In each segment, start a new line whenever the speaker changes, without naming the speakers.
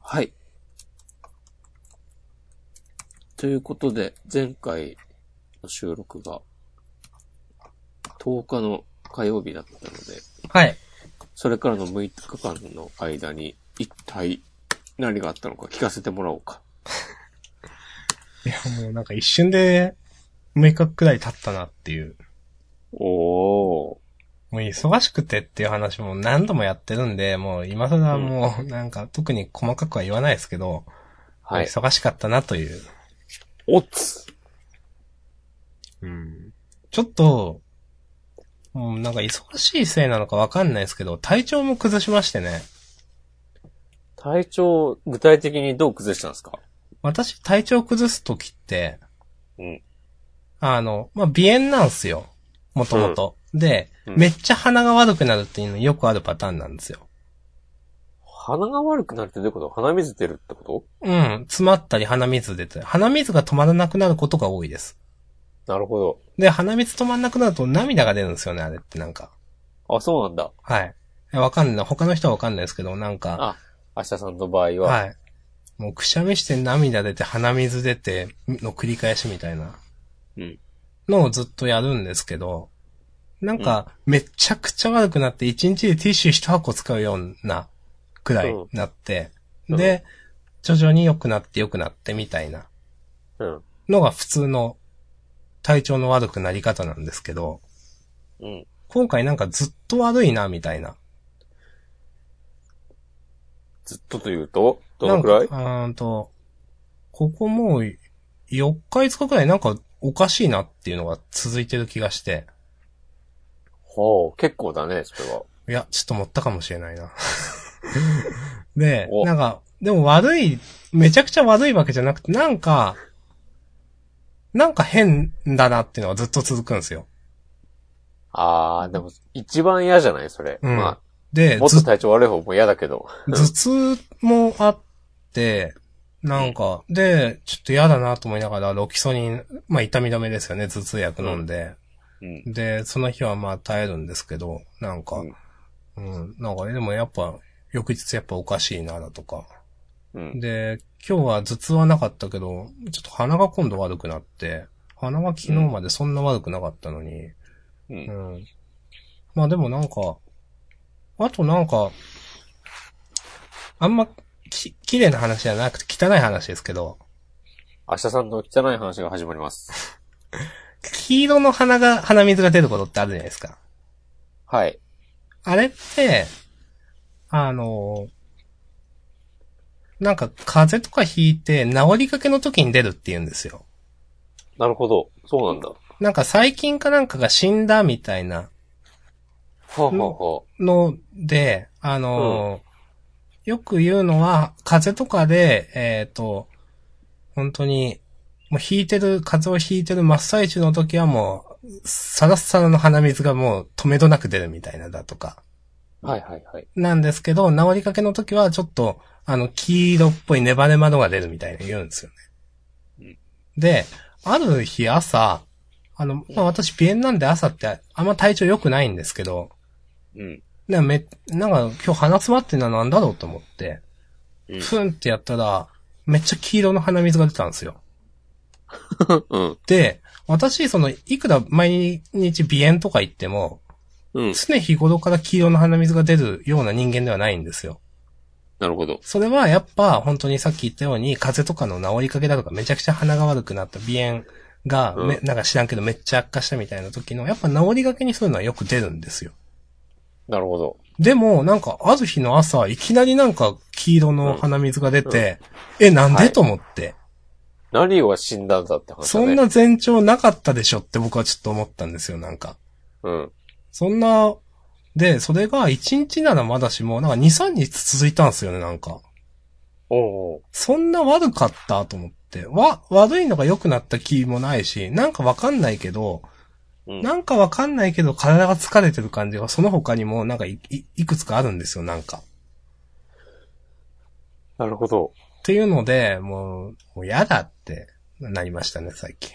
はい。ということで、前回の収録が10日の火曜日だったので、
はい。
それからの6日間の間に一体何があったのか聞かせてもらおうか。
いや、もうなんか一瞬で6日くらい経ったなっていう。
おー。
もう忙しくてっていう話も何度もやってるんで、もう今更もうなんか特に細かくは言わないですけど、
はい。
忙しかったなという。
おつ
うん。ちょっと、うん、なんか忙しいせいなのかわかんないですけど、体調も崩しましてね。
体調、具体的にどう崩したんですか
私体調崩すときって、
うん。
あの、まあ、鼻炎なんですよ。もともと。で、
うん
めっちゃ鼻が悪くなるっていうのよくあるパターンなんですよ。
鼻が悪くなるってどういうこと鼻水出るってこ
うん。詰まったり鼻水出て、鼻水が止まらなくなることが多いです。
となるほど。
で、鼻水止まらなくなると涙が出るんですよね、あれってなんか。
あ、そうなんだ。
はい。えわかんない。他の人はわかんないですけど、なんか、
あ、明日さんの場合は、
はい。もうくしゃみして涙出て鼻水出ての繰り返しみたいな
うん。
のをずっとやるんですけど、なんか、めちゃくちゃ悪くなって、1日でティッシュ1箱使うようなくらいになって、
うん
で、徐々に良くなって良くなってみたいな。
うん。
のが普通の体調の悪くなり方なんですけど、
うん。
今回なんかずっと悪いな、みたいな。
ずっとというと、どのくら
なん
い
かうーんと、ここもう4日5日くらいなんかおかしいなっていうのが続いてる気がして、
ほう、結構だね、それは。
いや、ちょっと持ったかもしれないな。 で、
お
なんか、でも悪い、めちゃくちゃ悪いわけじゃなくて、なんか、なんか変だなっていうのがずっと続くんですよ。
あー、でも、一番嫌じゃないそれ。
うん
まあ、
で、
もっ
ずっ
と体調悪い方も嫌だけど。
頭痛もあって、なんか、で、ちょっと嫌だなと思いながら、ロキソニン、まあ痛み止めですよね、頭痛薬飲んで。
うん。
で、その日はまあ耐えるんですけど、なんか、
うん
うん、なんかね、でもやっぱ、翌日やっぱおかしいな、だとか。
うん。
で、今日は頭痛はなかったけど、ちょっと鼻が今度悪くなって、鼻は昨日までそんな悪くなかったのに、
う。
うんん。まあでもなんか、あとなんか、あんま、き、綺麗な話じゃなくて汚い話ですけど、
明日さんの汚い話が始まります。
黄色の鼻が、鼻水が出ることってあるじゃないですか。
はい。
あれって、あの、なんか風邪とかひいて治りかけの時に出るって言うんですよ。
なるほど。そうなんだ。は
なんか細菌かなんかが死んだみたいな
あ、はあ、は
ので、あのーよく言うのは、風邪とかで、えっ、と、本当に、もう引いてる、風邪を引いてる真っ最中の時はもう、サラッサラの鼻水がもう止めどなく出るみたいなだとか。
あ。はいはいはい。
なんですけど、治りかけの時はちょっと、あの、黄色っぽいネバネバのが出るみたいな言うんですよね。で、ある日朝、あの、まあ、私、鼻炎なんで朝ってあんま体調良くないんですけど、
うん。
なめ、なんか今日鼻詰まってんのはなんだろうと思って、
うん
ふんってやったら、めっちゃ黄色の鼻水が出たんですよ。
うん。
で、私、その、いくら毎日鼻炎とか言っても、
うん。
常日頃から黄色の鼻水が出るような人間ではないんですよ。
なるほど。
それはやっぱ、本当にさっき言ったように、風邪とかの治りかけだとか、めちゃくちゃ鼻が悪くなった鼻炎が、めなんか知らんけどめっちゃ悪化したみたいな時の、やっぱ治りかけにするのはよく出るんですよ。
なるほど。
でも、なんか、ある日の朝、いきなりなんか、黄色の鼻水が出て、え、なんで、
はい
と思って。
何が死んだんだって話だね。
そんな前兆なかったでしょって僕はちょっと思ったんですよ、なんか。
うん。
そんな、で、それが1日ならまだしも、なんか2、3日続いたんですよね、なんか。
おうおう
そんな悪かったと思って。わ、悪いのが良くなった気もないし、なんかわかんないけど、
うん
なんかわかんないけど体が疲れてる感じが、その他にも、なんかいいいくつかあるんですよ、なんか。
なるほど。
っていうので、もう、もう嫌だってなりましたね、最近。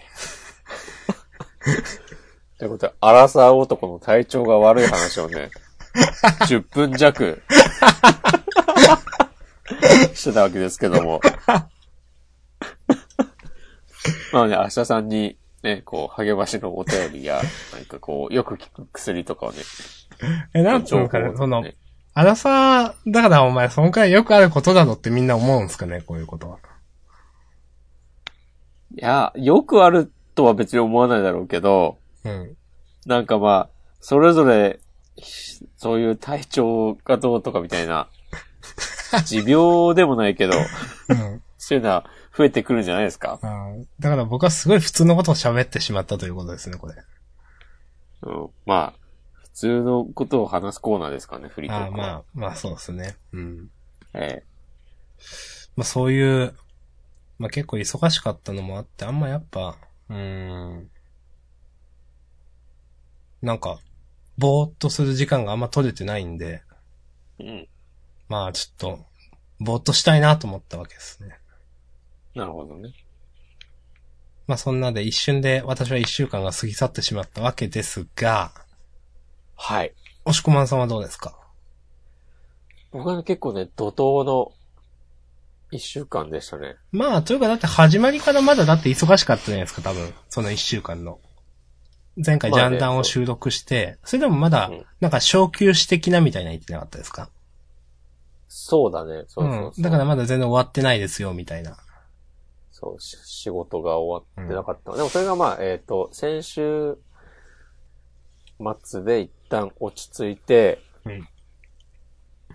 ということで、アラサー男の体調が悪い話をね、10分弱、してたわけですけども。まあね、明日さんに、ね、こう、励ましのお便りや、なんかこう、よく聞く薬とかをね、
え、なんつうのか
情
ね、
報
そ
を
の
ね、
アラサー、だからお前、そんくらいよくあることだろってみんな思うんですかね、こういうことは。
いや、よくあるとは別に思わないだろうけど、
うん。
なんかまあ、それぞれ、ひそういう体調がどうとかみたいな、持病でもないけど、
うん。
そういうのは増えてくるんじゃないですか。
あーだから僕はすごい普通のことを喋ってしまったということですね、これ。
うん、まあ、普通のことを話すコーナーですからね、フリート
あ
ー
あ、
クは。
まあ、まあそうですね。うん。
ええ
まあそういう、まあ結構忙しかったのもあって、あんまやっぱ、うーん。なんか、ぼーっとする時間があんま取れてないんで、
うん。
まあちょっと、ぼーっとしたいなと思ったわけですね。
なるほどね。
まあそんなで一瞬で私は一週間が過ぎ去ってしまったわけですが、
はい。
押しこまんさんはどうですか
僕はね結構ね、怒涛の一週間でしたね。
まあというかだって始まりからまだだって忙しかったじゃないですか、多分。その一週間の。前回ジ
まあ
ャ
ね
ンダンを収録して、それでもまだ
うん、
なんか昇級士的なみたいな言ってなかったですか
そうだね。そうそうそう、
ん。だからまだ全然終わってないですよ、みたいな。
そう、し仕事が終わってなかった。でもそれがまあ、えっ、と、先週末で一旦落ち着いて、
うん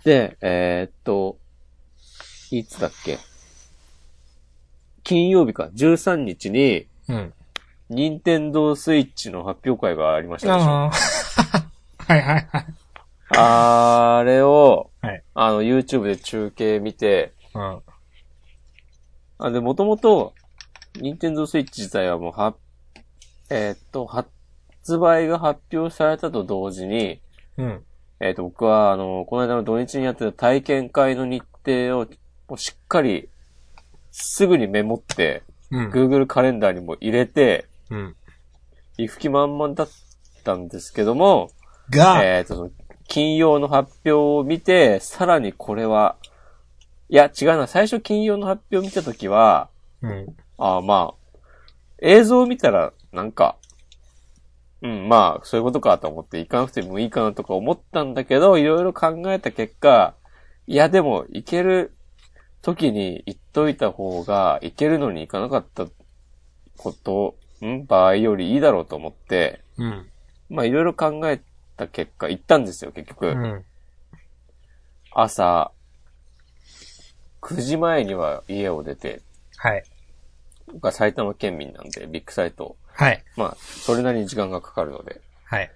で、えっ、と、いつだっけ金曜日か、13日に、
うん。
任天堂スイッチの発表会がありましたでしょ。
ああ。 はいはいはい。
あれを、
はい
あの、YouTube で中継見て、
うん。
あ、で、もともと、任天堂スイッチ自体はもう、は、えーっと、発売が発表されたと同時に、
うん。
えーっと、僕は、あの、この間の土日にやってた体験会の日程を、もうしっかり、すぐにメモって、
うん。
Google カレンダーにも入れて、
うん。
行く気満々だったんですけども、
が、
えーっと、その金曜の発表を見て、さらにこれは、いや、違うな、最初金曜の発表を見たときは、
うん。
ああ、まあ、映像を見たら、なんか、うん、まあ、そういうことかと思って、行かなくてもいいかなとか思ったんだけど、いろいろ考えた結果、いや、でも、行ける時に行っといた方が、行けるのに行かなかったこと、ん場合よりいいだろうと思って、
うん。
まあ、いろいろ考えた結果、行ったんですよ、結局。
うん。
朝、9時前には家を出て、
はい。
僕は埼玉県民なんで、ビッグサイトを
はい。
まあ、それなりに時間がかかるので。
はい。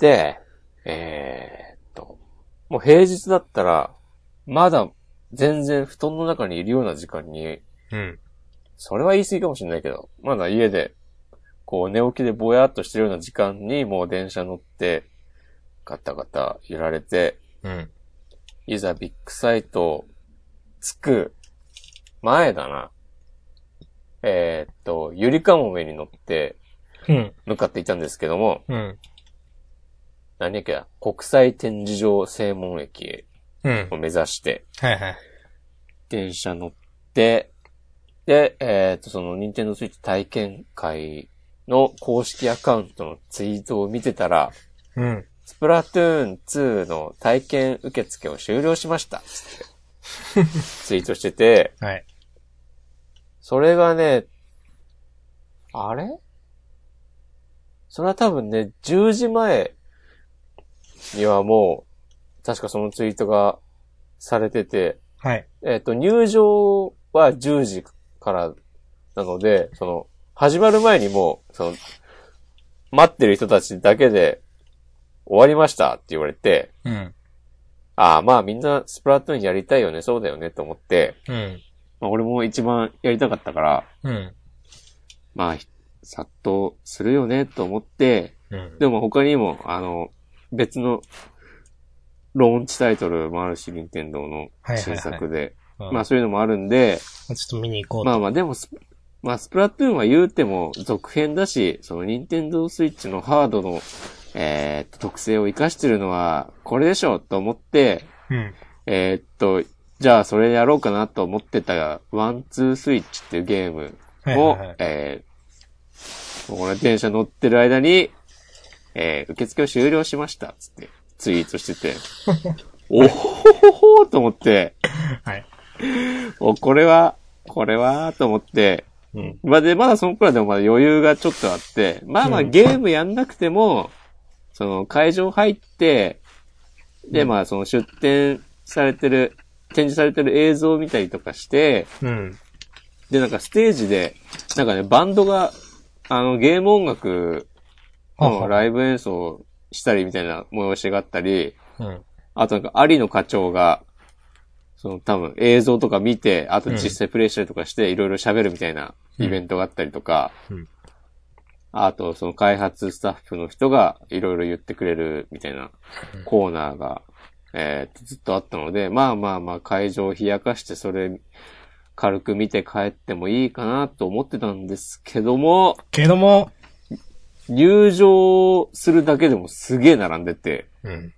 で、えーっと、もう平日だったら、まだ全然布団の中にいるような時間に、
うん。
それは言い過ぎかもしれないけど、まだ家で、こう寝起きでぼやっとしてるような時間にもう電車乗って、ガタガタ揺られて、
うん。
いざビッグサイト、着く、前だな。えーっと、ゆりかもめに乗って
うん。
向かっていたんですけども、
うん。
何やっけな、国際展示場正門駅
うん
を。目指して、
はいはい。
電車乗って、で、えっ、と、その、任天堂スイッチ体験会の公式アカウントのツイートを見てたら、
うん。
スプラトゥーン2の体験受付を終了しました。つってツイートしてて、
はい。
それがね、あれそれは多分ね、10時前にはもう、確かそのツイートがされてて、
はい。
えっ、と、入場は10時からなので、その、始まる前にもう、その、待ってる人たちだけで、終わりましたって言われて、
うん。
ああ、まあみんなスプラトゥーンやりたいよね、そうだよね、と思って、
うん。
まあ俺も一番やりたかったから、
うん。
まあ、殺到するよねと思って、
うん。
でも他にも、あの、別の、ローンチタイトルもあるし、任天堂の
はいはいはい
新作で。ま
ま
あそういうのもあるんで、
あ、ちょっと見に行こう
ま
と。
あまあでもス、まあスプラトゥーンは言うても続編だし、その任天堂スイッチのハードの、えーっと特性を活かしてるのはこれでしょうと思って、
うん。
えーっと、じゃあそれやろうかなと思ってた、ワンツースイッチっていうゲームを、
はいはいはい
えー、この電車乗ってる間に、えー、受付を終了しました、つって、ツイートして て、おほほほーと思って、
はい。
お、これは、これは、と思って、
うん。
まあ、で、まだそのくらいでもまだ余裕がちょっとあって、まあまあ
うん
ゲームやんなくても、その会場入って、で、まあその出展されてる、展示されてる映像を見たりとかして、
うん。
で、なんかステージで、なんかね、バンドが、あの、ゲーム音楽のライブ演奏をしたりみたいな催しがあったり、
うん。
あとなんか、有野課長が、その多分映像とか見て、あと実際プレイしたりとかして、いろいろ喋るみたいなイベントがあったりとか、
うん
あとその開発スタッフの人がいろいろ言ってくれるみたいな
うん
コーナーが、えーずっとあったので、まあまあまあ会場を冷やかして、それ、軽く見て帰ってもいいかなと思ってたんですけども、
けども、
入場するだけでもすげえ並んでて、
うん。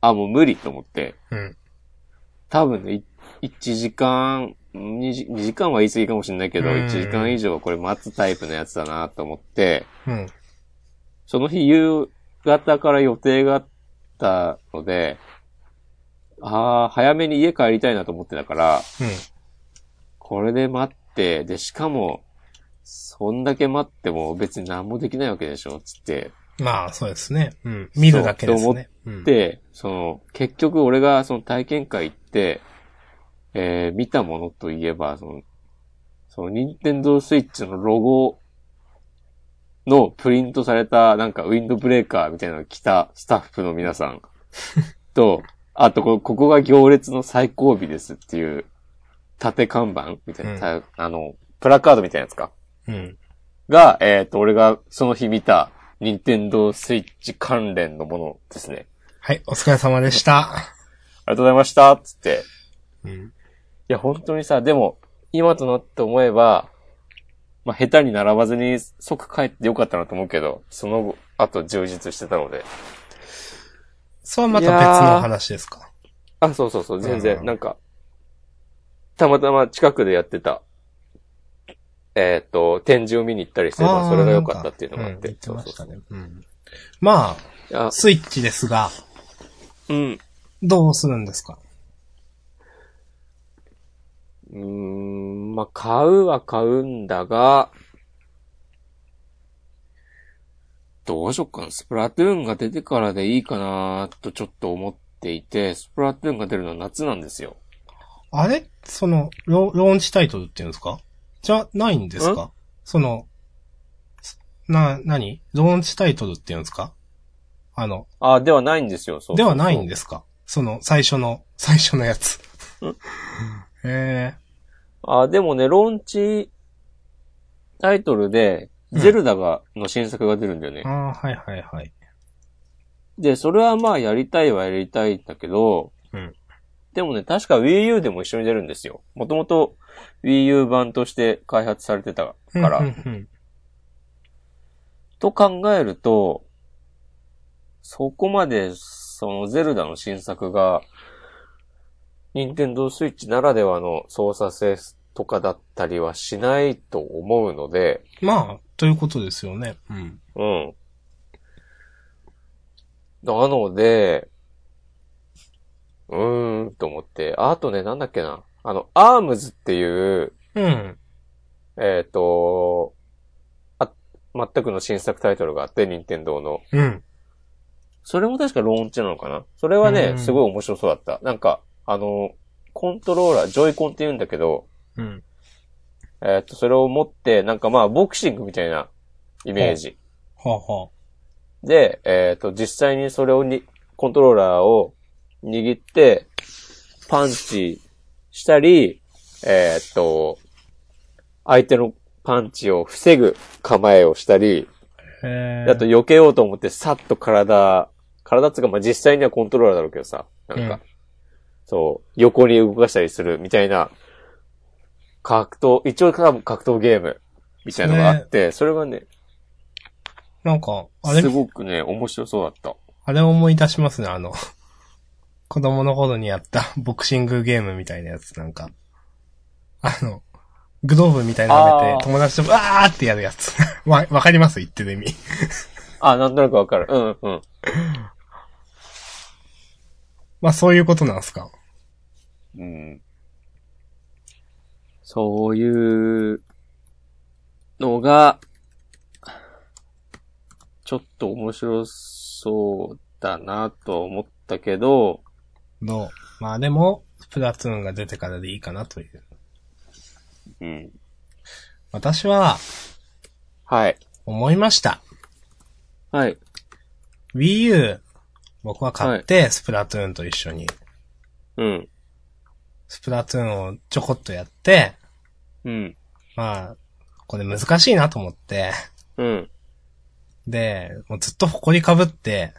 あ、もう無理と思って、
うん。
多分ね、い1時間、2時 ,2 時間は言い過ぎかもしれないけど、
うん
1時間以上はこれ待つタイプのやつだなと思って、
うん。
その日夕方から予定があったので、ああ、早めに家帰りたいなと思ってたから、これで待って、で、しかも、そんだけ待っても別に何もできないわけでしょ、つって。
うん。まあ、そうですね。うん。見るだけですね。うん。
で、その、結局俺がその体験会行って、えー見たものといえば、その、その、任天堂スイッチのロゴのプリントされた、なんかウィンドブレーカーみたいなのを着たスタッフの皆さんと、あとこ、ここが行列の最後尾ですっていう、縦看板みたいな、たあの、プラカードみたいなやつか。
うん。
が、えっ、と、俺がその日見た、任天堂スイッチ関連のものですね。
はい、お疲れ様でした。
ありがとうございました、つって。
うん。
いや、本当にさ、でも、今となって思えば、まあ、下手に並ばずに即帰ってよかったなと思うけど、その後、あと充実してたので。
それはまた別の話ですか。
あ、そうそうそう、全然、
うん
なんか、たまたま近くでやってた、えっ、と、展示を見に行ったりしてた
あー
それが良かったっていうのがあって。
なんかうん言ってまし
そ
た
う
ね。うん。
そ
ま
うそう
あ、スイッチですが、
いやうん。
どうするんですか
うーん、まあ、買うは買うんだが、どうしよっかな。スプラトゥーンが出てからでいいかなとちょっと思っていて、スプラトゥーンが出るのは夏なんですよ。
あれそのロ、ローンチタイトルっていうんですかじゃないんですかその、な、なにローンチタイトルっていうんですかあの、
あ、ではないんですよ。そう
ではないん
す。
ですかその、最初の、最初のやつ
ん。
え
あ、でもね、ローンチタイトルで、
うん
ゼルダが、の新作が出るんだよね
ー、。あーはいはいはい。
で、それはまあやりたいはやりたいんだけど、
うん
でもね、確か Wii U でも一緒に出るんですよ。もともと Wii U 版として開発されてたか
うんう
ら。
んうん
と考えると、そこまで、そのゼルダの新作が、任天堂スイッチならではの操作性とかだったりはしないと思うので、
まあ、ということですよね。うん。
うん。なので、うーん、と思って。あとね、なんだっけな。あの、アームズっていう、
うん。
えっ、と、あ、全くの新作タイトルがあって、任天堂の。
うん。
それも確かローンチなのかなそれはね
う、ん
すごい面白そうだった。なんか、あの、コントローラー、ジョイコンって言うんだけど、
うん。
えっ、と、それを持って、なんかまあ、ボクシングみたいなイメージ。
はあ、は
で、えっ、と、実際にそれをに、コントローラーを握って、パンチしたり、えっ、と、相手のパンチを防ぐ構えをしたり、
あ。えー、
あと避けようと思ってさっと体、体っつうか、まあ、実際にはコントローラーだろうけどさ、なんか、
うん
そう、横に動かしたりするみたいな、格闘、一応多分格闘ゲームみたいなのがあって、それがね、
なんか、あれ
すごくね、面白そうだった。
あれを思い出しますね、あの、 子供の頃にやった ボクシングゲームみたいなやつなんか、あの、グローブみたいなの
あ
め
ー
て友達とわーってやるやつ。 わ、わかります言ってる意味。
あ、なんとなくわかる。うん、うん。
まあそういうことなんすか。
うん。そういうのが、ちょっと面白そうだなと思ったけど、
どうまあでも、プラトゥーンが出てからでいいかなという。
うん。
私は、
はい。
思いました。
はい。
Wii U、僕は買って、スプラトゥーンと一緒に、
うん。
スプラトゥーンをちょこっとやって、
うん。
まあ、これ難しいなと思って、
うん。
で、もうずっと埃かぶって、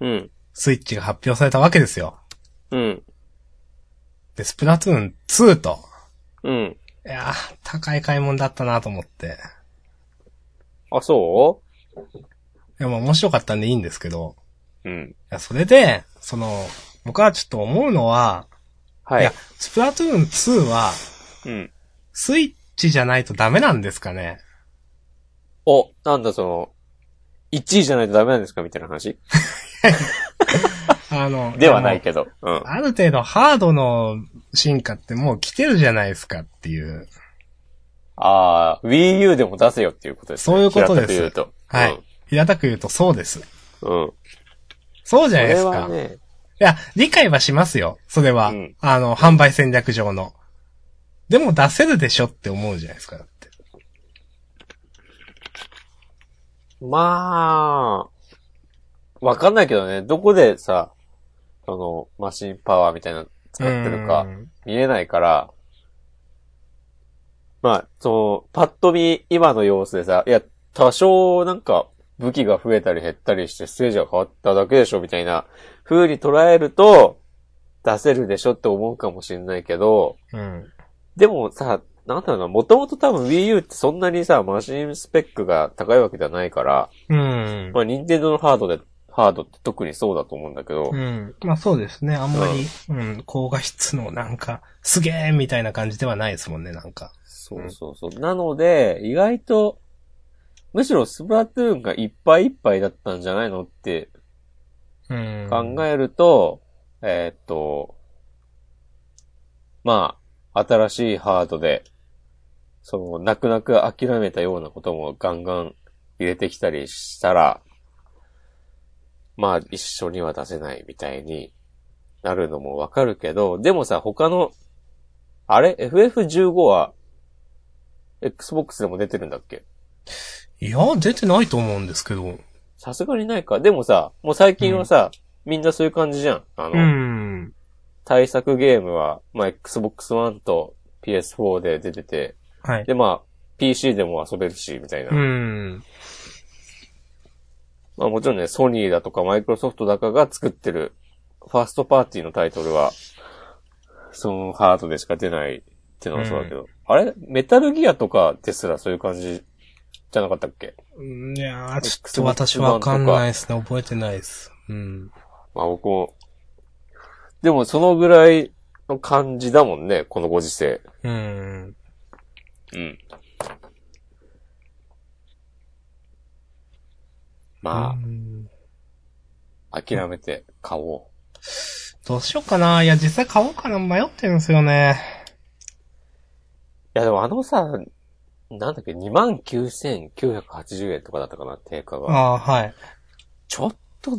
うん。
スイッチが発表されたわけですよ。
うん。
で、スプラトゥーン2と、
うん。
いやー、高い買い物だったなと思って。
あ、そ
いや、まあ面白かったんでいいんですけど、
ううん。
いや、それで、その、僕はちょっと思うのは、
はい。
いや、スプラトゥーン2は、
うん。
スイッチじゃないとダメなんですかね
お、なんだその、1位じゃないとダメなんですかみたいな話
あの、
ではない
や
けど。うん
もう。ある程度ハードの進化ってもう来てるじゃないですかっていう。
ああ、Wii U でも出せよっていうことですね。
そういうこと
平た
です
く言うと。
はい。平たく言うとそうです。
うん。うん。
そうじ
そ
ゃないで
れ
すか。
はね、
いや、理解はしますよ。それは。
うん
あの、販売戦略上の。でも出せるでしょって思うじゃないですか。だって
まあ、わかんないけどね、どこでさ、その、マシンパワーみたいなの使ってるか
う、ん
見えないから、まあ、その、パッと見、今の様子でさ、いや、多少なんか、武器が増えたり減ったりして、ステージが変わっただけでしょ、みたいな、風に捉えると、出せるでしょって思うかもしれないけど、
うん。
でもさ、なんだろうな、もともと多分 Wii U ってそんなにさ、マシンスペックが高いわけじゃないから、
うん。
まあ、任天堂のハードで、ハードって特にそうだと思うんだけど、
うん。まあそうですね。あんまり、うん、高画質のなんか、すげーみたいな感じではないですもんね、なんか。
そうそうそう。なので、意外と、むしろスプラトゥーンがいっぱいいっぱいだったんじゃないのって
うん。
考えると、えーっと、まあ、新しいハードで、その、泣く泣く諦めたようなこともガンガン入れてきたりしたら、まあ、一緒には出せないみたいになるのもわかるけど、でもさ、他の、あれ ?FF15 は、Xbox でも出てるんだっけ
いや、出てないと思うんですけど。
さすがにないか。でもさ、もう最近はさ、みんなそういう感じじゃん。あの、
うん。
対策ゲームは、まあ、Xbox One と PS4 で出てて、
はい。
で、まあ、PC でも遊べるし、みたいな。
うん。
まあ、もちろんね、ソニーだとかマイクロソフトだかが作ってる、ファーストパーティーのタイトルは、そのハードでしか出ないってのはそうだけど、あれメタルギアとかですらそういう感じじゃなかったっけ
いやー、ちょっ
Xbox
と私はわかんないですね。覚えてないです。うん。
まあ、僕も。でも、そのぐらいの感じだもんね、このご時世。
うん。
うん。ま
うん
あ、諦めて買おう。
どうしようかな。いや、実際買おうかな。迷ってるんですよね。
いや、でもあのさ、なんだっけ、29,980円とかだったかな、定価が。
ああー、はい。
ちょっと、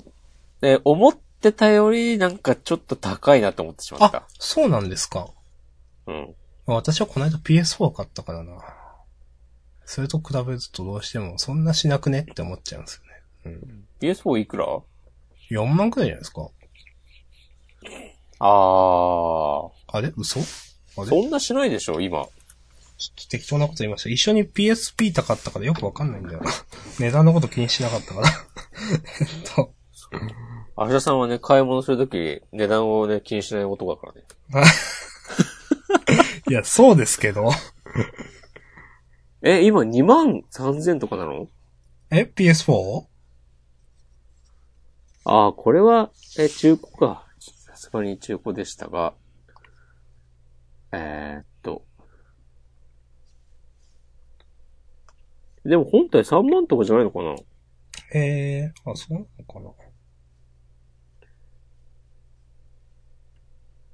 ね、思ってたより、なんかちょっと高いなって思ってしまっ
あ
た。、
そうなんですか。
うん。
私はこの間 PS4 買ったからな。それと比べるとどうしても、そんなしなくねって思っちゃうんですよね。
PS4 いくら
うん。4万くらいじゃないですか。
あー。
あれ嘘あれ
そんなしないでしょ、今。
ちょっと適当なこと言いました。一緒に PS p 高かったからよくわかんないんだよな。 値段のこと気にしなかったから。 えっと。
芦田さんはね、買い物するとき、値段をね、気にしない男だからね。
いや、そうですけど。
え、今2万3000とかなの
え ?PS4?
ああ、これは、え、中古か。すがに中古でしたが、えーっと。でも本体3万とかじゃないのかな
えー、あ、そうなのかな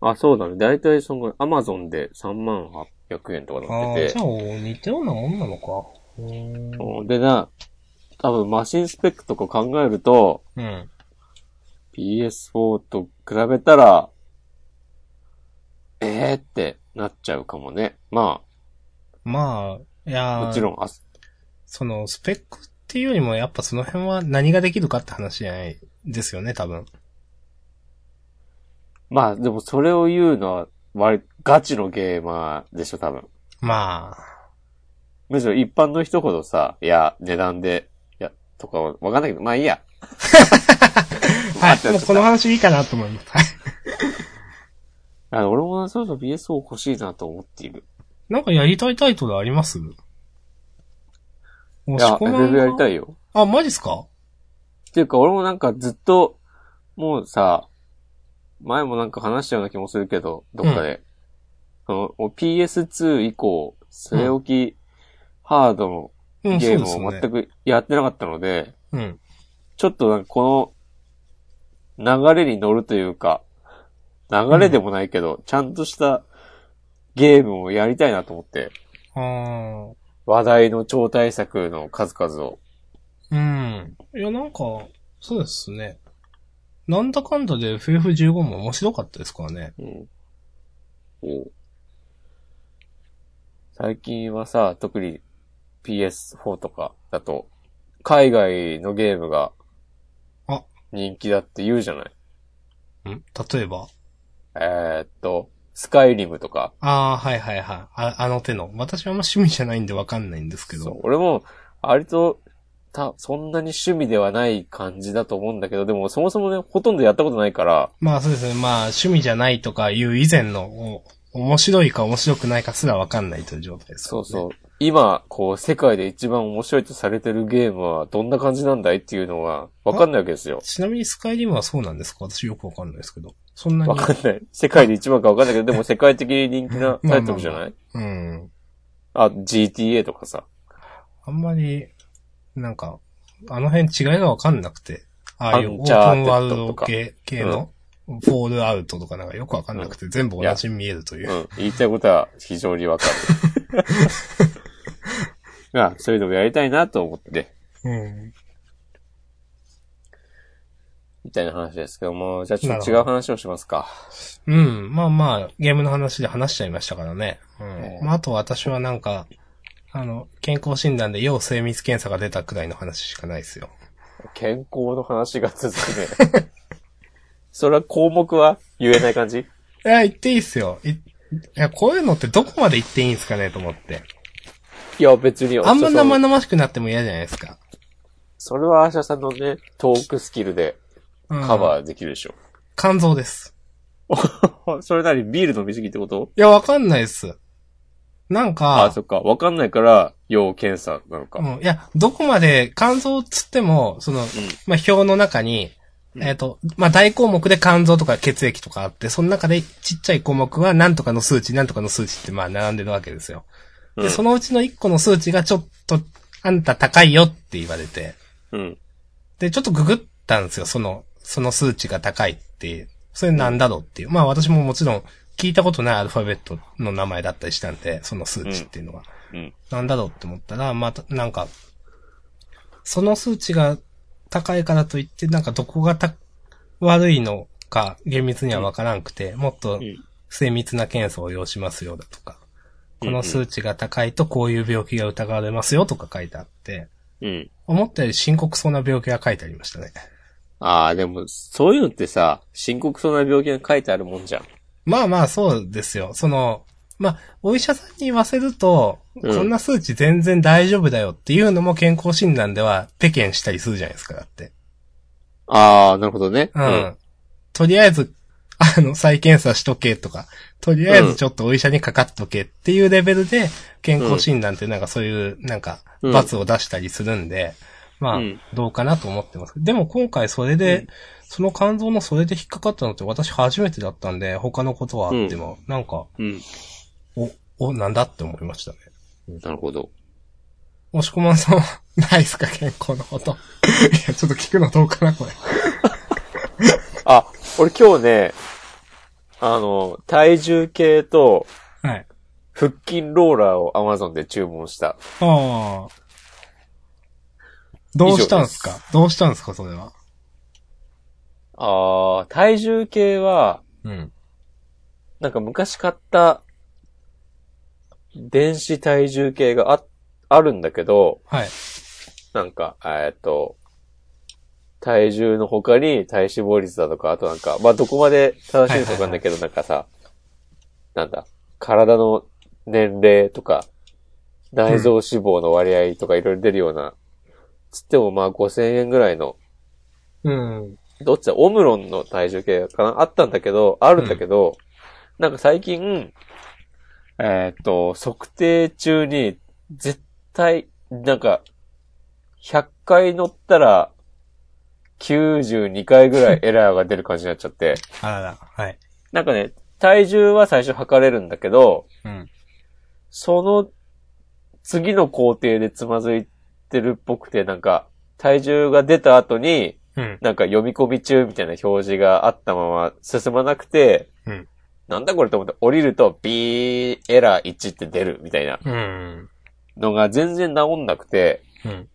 あ、そうだね。だいたいその、アマゾンで3万800円とかな
あ
っ
あ
て
ー、
て
じゃ。あ、似たようなもんなのか。うーん。
うんでな、多分マシンスペックとか考えると、
うん。
PS4 と比べたら、えーってなっちゃうかもね。ま
まあ、いや
あ、
ー
もちろん、あ、
その、スペックっていうよりも、やっぱその辺は何ができるかって話じゃないですよね、多分。
まあでもそれを言うのは割、ガチのゲーマーでしょ、多分。
まあ、
むしろ一般の人ほどさ、いや、値段で、いや、とかわかんないけど、まあいいや。
は
待っ
い。
て
もうこの話いいかなと思います。はい。
あの俺もそろそろ BS を欲しいなと思っている。
なんかやりたいタイトルあります押
い
し
や、
込
全
ま
然
んな
やりたいよ。
あ、マジっすか
っていうか、俺もなんかずっと、もうさ、前もなんか話したような気もするけど、どっかで。そのもう PS2 以降、据え置き、ハードの
うん、そ
ゲ
う
ー
です
ム
よ
を
ね
全。くやってなかったので、
うん。
ちょっとなんかこの流れに乗るというか、流れでもないけど、ちゃんとしたゲームをやりたいなと思って、
あ
話題の超大作の数々を。
あ、うん。いや、なんか、そうですね。なんだかんだで FF15 も面白かったですからね。
うんお最近はさ、特に PS4 とかだと、海外のゲームが
あ
人気だって言うじゃない。
ん例えば
えーっと、スカイリムとか。
ああ、はいはいはい。ああの手の。私はあんま趣味じゃないんでわかんないんですけ
そう
ど。、
俺も、割と、た、そんなに趣味ではない感じだと思うんだけど、でもそもそもね、ほとんどやったことないから、
まあそうですね。まあ趣味じゃないとかいう以前の、お面白いか面白くないかすらわかんないという状態です、
そうそう。今、こう、世界で一番面白いとされてるゲームはどんな感じなんだいっていうのは、わかんないわけですよ。
ちなみにスカイリムはそうなんですか私よくわかんないですけど。そんなに
わ。かんない。世界で一番かわかんないけど、でも世界的に人気なタイトルじゃない
うん。
あ、GTA とかさ。
あんまり、なんか、あの辺違いがわかんなくて。ああいう
ア
オ
ン
ー
チャー
プ
テ
ン
ッド
ワール
と
ド
か
系系の、フォールアウトとかなんかよくわかんなくて、全部同じに見えるというう。
ん。言いたいことは非常にわか る。あ、そういうのもやりたいなと思って、
うん。
みたいな話ですけども、じゃあちょっと違う話をしますか。
うん。まあまあ、ゲームの話で話しちゃいましたからね。うん
う。ん
まあ、あと私はなんか、あの、健康診断で要精密検査が出たくらいの話しかないですよ。
健康の話が続くね。 それは項目は言えない感じ
いや、言っていいっすよ。いいや、こういうのってどこまで言っていいんすかねと思って。
いや、別に。
あんま生
そ
々しくなっても嫌じゃないですか。
それはアーシャさんのね、トークスキルでカ
ー。
バーできるでしょ。
肝臓です。
それなりビール飲みすぎってこと
いや、わかんないっす。なん
あ
か
あ、、そっか。わかんないから、要検査なのか。
うん、いや、どこまで肝臓つっても、その、まあ、表の中に、
うん
えっ、と、まあ、大項目で肝臓とか血液とかあって、その中でちっちゃい項目は何とかの数値、何とかの数値ってまあ並んでるわけですよ。
う
で、
ん
そのうちの1個の数値がちょっと、あんた高いよって言われて、
うん。
で、ちょっとググったんですよ、その、その数値が高いって、それなんだろうっていう。まあ私ももちろん聞いたことないアルファベットの名前だったりしたんで、その数値っていうのは。
うん。
なんだろうって思ったら、また、なんか、その数値が高いからといって、なんかどこがた、悪いのか厳密にはわからんくて、もっと
うん
精密な検査を要しますよだとか、
うん
この数値が高いとこういう病気が疑われますよとか書いてあって、
うん。
思ったより深刻そうな病気が書いてありましたね。
ああ、でも、そういうのってさ、深刻そうな病気が書いてあるもんじゃん。
まあまあそうですよ。その、まあ、お医者さんに言わせると、
うん
こんな数値全然大丈夫だよっていうのも健康診断ではペケンしたりするじゃないですか、だって。
ああ、なるほどね。
うん。。とりあえず、 あの、再検査しとけとか、とりあえずちょっとお医者にかかっとけっていうレベルで、健康診断ってなんかそういう、なんか、
うん
罰を出したりするんで、まあ
うん、
どうかなと思ってます。でも今回それ
う
で、
ん
その肝臓のそれで引っかかったのって私初めてだったんで、他のことはあっても、なんか、
うん。
お、お、なんだって思いましたね。
なるほど。
押し込まんさんは、ないですか健康のこと。い や、ちょっと聞くのどうかな、これ。
あ、俺今日ね、あの、体重計と
はい。
腹筋ローラーを Amazon で注文した。
ああ。どうしたんすかどうしたんすか、それは。
あー、体重計は、
うん。
なんか昔買った電子体重計があ、あるんだけど、
はい。
なんか、えーっと、体重の他に体脂肪率だとか、あとなんか、まあ、どこまで正しいのかわかんないけど、なんかさ、なんだ、体の年齢とか、内臓脂肪の割合とかいろいろ出るような、つってもまあ5000円ぐらいの、
うん。
どっちだ、オムロンの体重計かなあったんだけど、あるんだけど、なんか最近、えーっと、測定中に、絶対、なんか、100回乗ったら、92回ぐらいエラーが出る感じになっちゃって、
あらら。はい。
なんかね、体重は最初測れるんだけど、
うん。
その、次の工程でつまずいてるっぽくて、なんか、体重が出た後に、
うん。
なんか読み込み中みたいな表示があったまま進まなくて、
うん
なんだこれと思って降りるとビーエラー1って出るみたいな
うん。
のが全然治んなくて、
うん。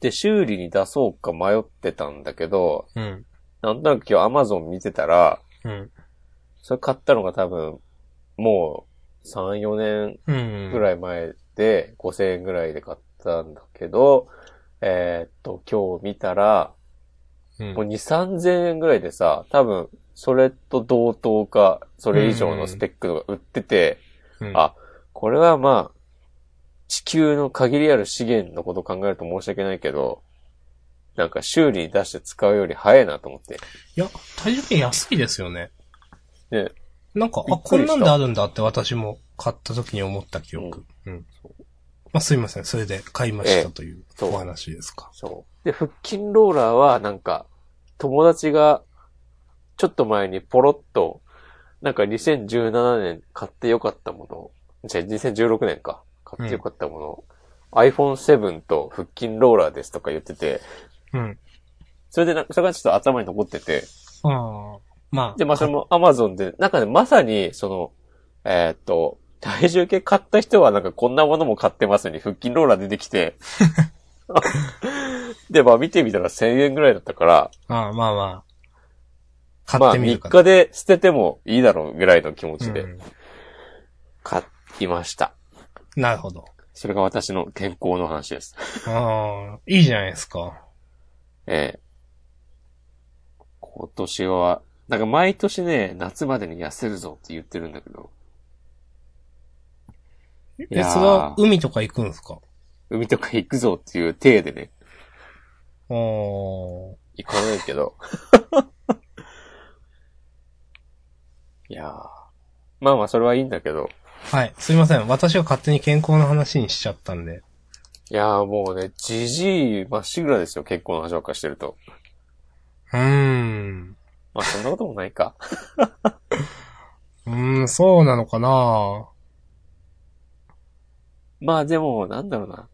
で、修理に出そうか迷ってたんだけど、
うん。
なんとなく今日 Amazon 見てたら、
うん。
それ買ったのが多分、もう3、4年
うん。
ぐらい前で、5000円ぐらいで買ったんだけど、えーっと、今日見たら、
うん
もう2、3000円ぐらいでさ、多分、それと同等か、それ以上のスペックのが売ってて、
うん
あ、これはまあ、地球の限りある資源のことを考えると申し訳ないけど、なんか修理に出して使うより早いなと思って。
いや、体重計安いですよね。
ね
なんか、
び
あ、
っく
こ
り
ん
した
なんであるんだって私も買った時に思った記憶。うん。まあ、すいません。それで買いましたという
そう
お話ですか。
そう。で、腹筋ローラーはなんか、友達が、ちょっと前にポロッと、なんか2017年買ってよかったもの、じゃあ2016年か、買ってよかったもの、iPhone7 と腹筋ローラーですとか言ってて、
うん。
それでなんか、それがちょっと頭に残ってて、
ああ。まあ。
で、まあそれも Amazon で、なんかね、まさに、その、えーっと、体重計買った人はなんかこんなものも買ってますに腹筋ローラー出てきて、で、まあ見てみたら1000円ぐらいだったから、
ああ、まあまあ。
ま
買っ
あ
てみ
3
るかな。
日で捨ててもいいだろうぐらいの気持ち
う
で
ん
買いました。
なるほど。
それが私の健康の話です。
ああ、いいじゃないですか。
ええ今年は、なんか毎年ね、夏までに痩せるぞって言ってるんだけど、い
え、
やー
それは海とか行くんですか
海とか行くぞっていう体でね、
ああ。
行かないけ ど。いやー。まあまあ、それはいいんだけど。
はい。すいません。私が勝手に健康の話にしちゃったんで。
いやーもうね、じじいまっしぐらですよ、結婚の話ばっかしてると。
うーん。
まあ、そんなこともないか。
うーん、そうなのかな
まあでも、なんだろうな。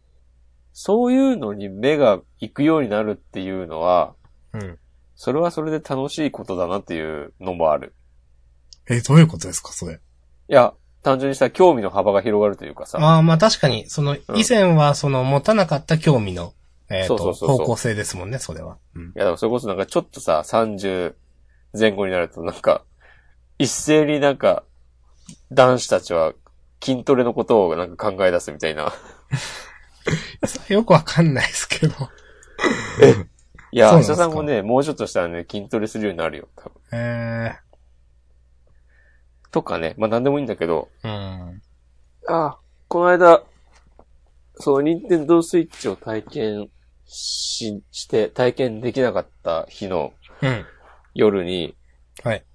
そういうのに目が行くようになるっていうのは、
うん。
それはそれで楽しいことだなっていうのもある。
え、どういうことですか、それ。
いや、単純にさ、興味の幅が広がるというかさ。
ああ、まあ確かに、そ
う
の、
ん
以前はその、持たなかった興味の、えっ、
そうそう
と、
そうそう
方向性ですもんね、それは。うん
い。や、でもそれこそなんかちょっとさ、30前後になるとなんか、一斉になんか、男子たちは筋トレのことをなんか考え出すみたいな。
よくわかんないですけ ど。
いや、
そう
明
なんです
日
か
さんもね、もうちょっとしたらね、筋トレするようになるよ、多分。
え
とかね、まあなんでもいいんだけど、
えうん。
ああ、この間、その、任天堂スイッチを体験し、して、体験できなかった日の
うん。
夜に、
はい。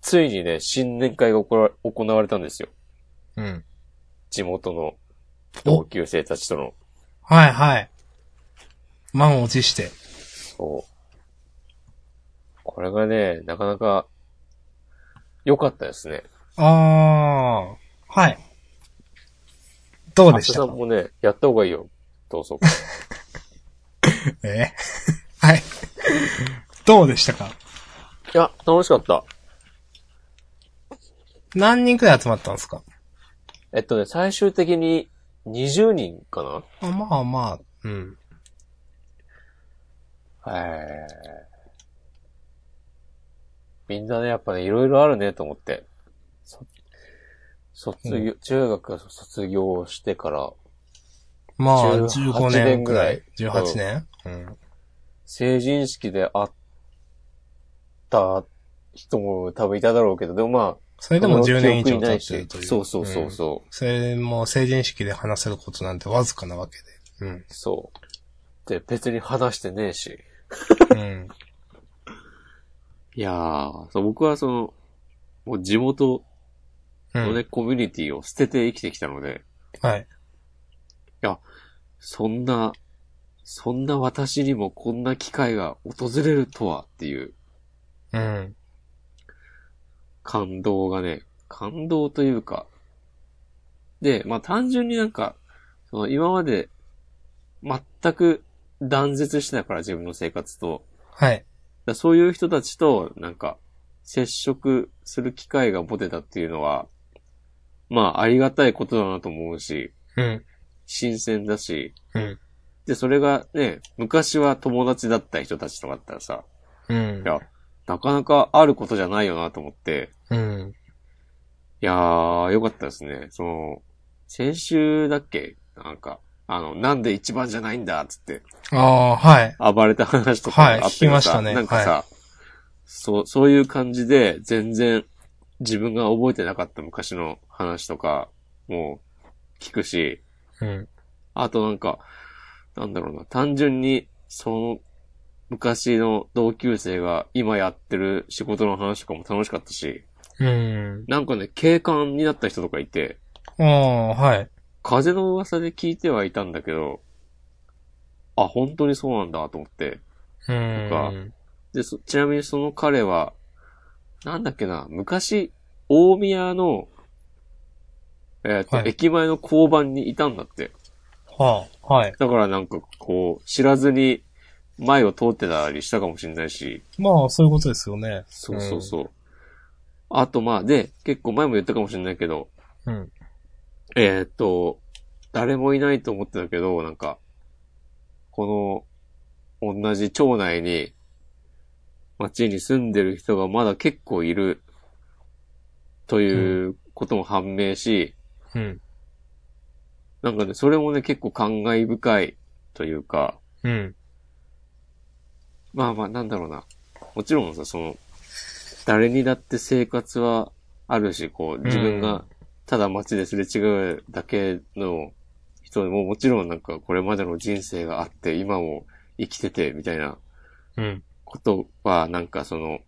ついにね、新年会が行わ行われたんですよ。
うん。
地元の
お
同級生たちとの。
はいはい。満を持して。
そう。これがね、なかなか、良かったですね。
あー、はい。どうでし
明日
た
さ
か
んもね、やった方がいいよ。同窓会。
え はい。どうでしたか
いや、楽しかった。
何人くらい集まったんですか
えっとね、最終的に20人かな
あまあまあ、うん。
はい。みんなね、やっぱね、いろいろあるねと思って。そ卒業、中学卒業してから、
まあ、
18
15年くらい。
年ぐらい
18年うん。
成人式で会った人も多分いただろうけど、でもまあ、
それでも10年以上
記憶にな
経
い
ってる
し
という。
そうそうそうんそう。
それも成人式で話せることなんてわずかなわけで。うん。
そう。で、別に話してねえし。
うん。
いやー、そう僕はその、もう地元
う
のね、
ん。
コミュニティを捨てて生きてきたので、
はい。
そんな、そんな私にもこんな機会が訪れるとはっていう
うん。
感動がね、感動というか、で、まあ単純になんか、その今まで全く断絶してたから自分の生活と、
はい。
だそういう人たちと、なんか、接触する機会が持てたっていうのは、まあ、ありがたいことだなと思うし、
うん。
新鮮だし、
うん。
で、それがね、昔は友達だった人たちとかだったらさ、
うん
い。や、なかなかあることじゃないよなと思って、
うん。
いやー、よかったですね。その、先週だっけなんか、あの、なんで一番じゃないんだっつって、
ああ、はい。
暴れた話とか
はい
あったけ
聞き
ど
まし
さ、
たね
なんかさ、そう、そういう感じで、全然自分が覚えてなかった昔の話とか、もう聞くし、
うん。
あとなんか、なんだろうな、単純に、その、昔の同級生が今やってる仕事の話とかも楽しかったし、
うん。
なんかね、警官になった人とかいて、
ああ、はい。
風の噂で聞いてはいたんだけど、あ、本当にそうなんだと思って、
う
と
ん。
で、そちなみにその彼は、なんだっけな、昔、大宮の、えっ、と、
はい
駅前の交番にいたんだって。
はあ、はい。
だからなんかこう、知らずに前を通ってたりしたかもしれないし、
まあ、そういうことですよね。
そうそうそう。あとまあ、で、結構前も言ったかもしれないけど、
うん。
えっ、と、誰もいないと思ってたけど、なんか、この、同じ町内に、町に住んでる人がまだ結構いる、ということも判明し、
うん。
なんかね、それもね、結構感慨深いというか、
うん。
まあまあ、なんだろうな。もちろんさ、その、誰にだって生活はあるし、こう、自分
う
が
ん
ただ街ですれ違うだけの人でも、もちろんなんかこれまでの人生があって、今も生きてて、みたいな
うん。
ことは、なんかその、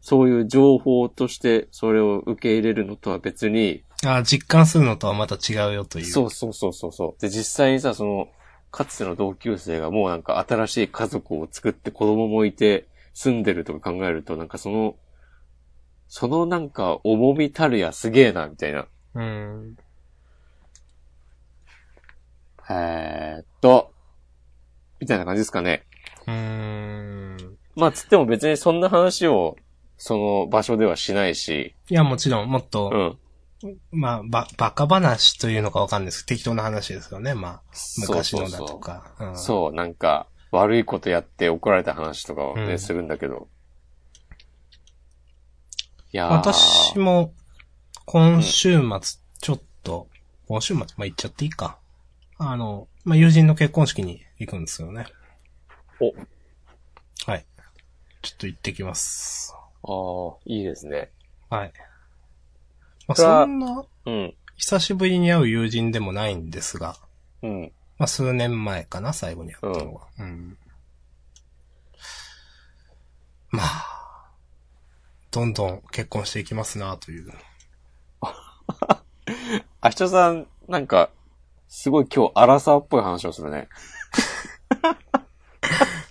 そういう情報としてそれを受け入れるのとは別に、
ああ、実感するのとはまた違うよという。
そうそうそうそうそう。で、実際にさ、その、かつての同級生がもうなんか新しい家族を作って子供もいて住んでるとか考えると、なんかその、そのなんか重みたるやすげえな、みたいな。
うん。
えーっと、みたいな感じですかね。
うん。
まあ、つっても別にそんな話を、その場所ではしないし、
いや、もちろん、もっと、
うん。
まあ、ば、バカ話というのかわかんないですけど、適当な話ですよね、まあ、昔の
そ
だ
うそ
と
うそう
か。う
そう、なんか、悪いことやって怒られた話とかをね、
うん
するんだけど。いや
ん
ー
私も、今週末、ちょっと、今週末、まあ、行っちゃっていいか。あの、まあ、友人の結婚式に行くんですよね。
お。
はい。ちょっと行ってきます。
ああ、いいですね。
はい。まあ、
それは
そんな、
うん。
久しぶりに会う友人でもないんですが、
うん。
まあ、数年前かな、最後に会ったのは。うん。まあ、どんどん結婚していきますな、という。
明日さん、なんか、すごい今日、アラサーっぽい話をするね。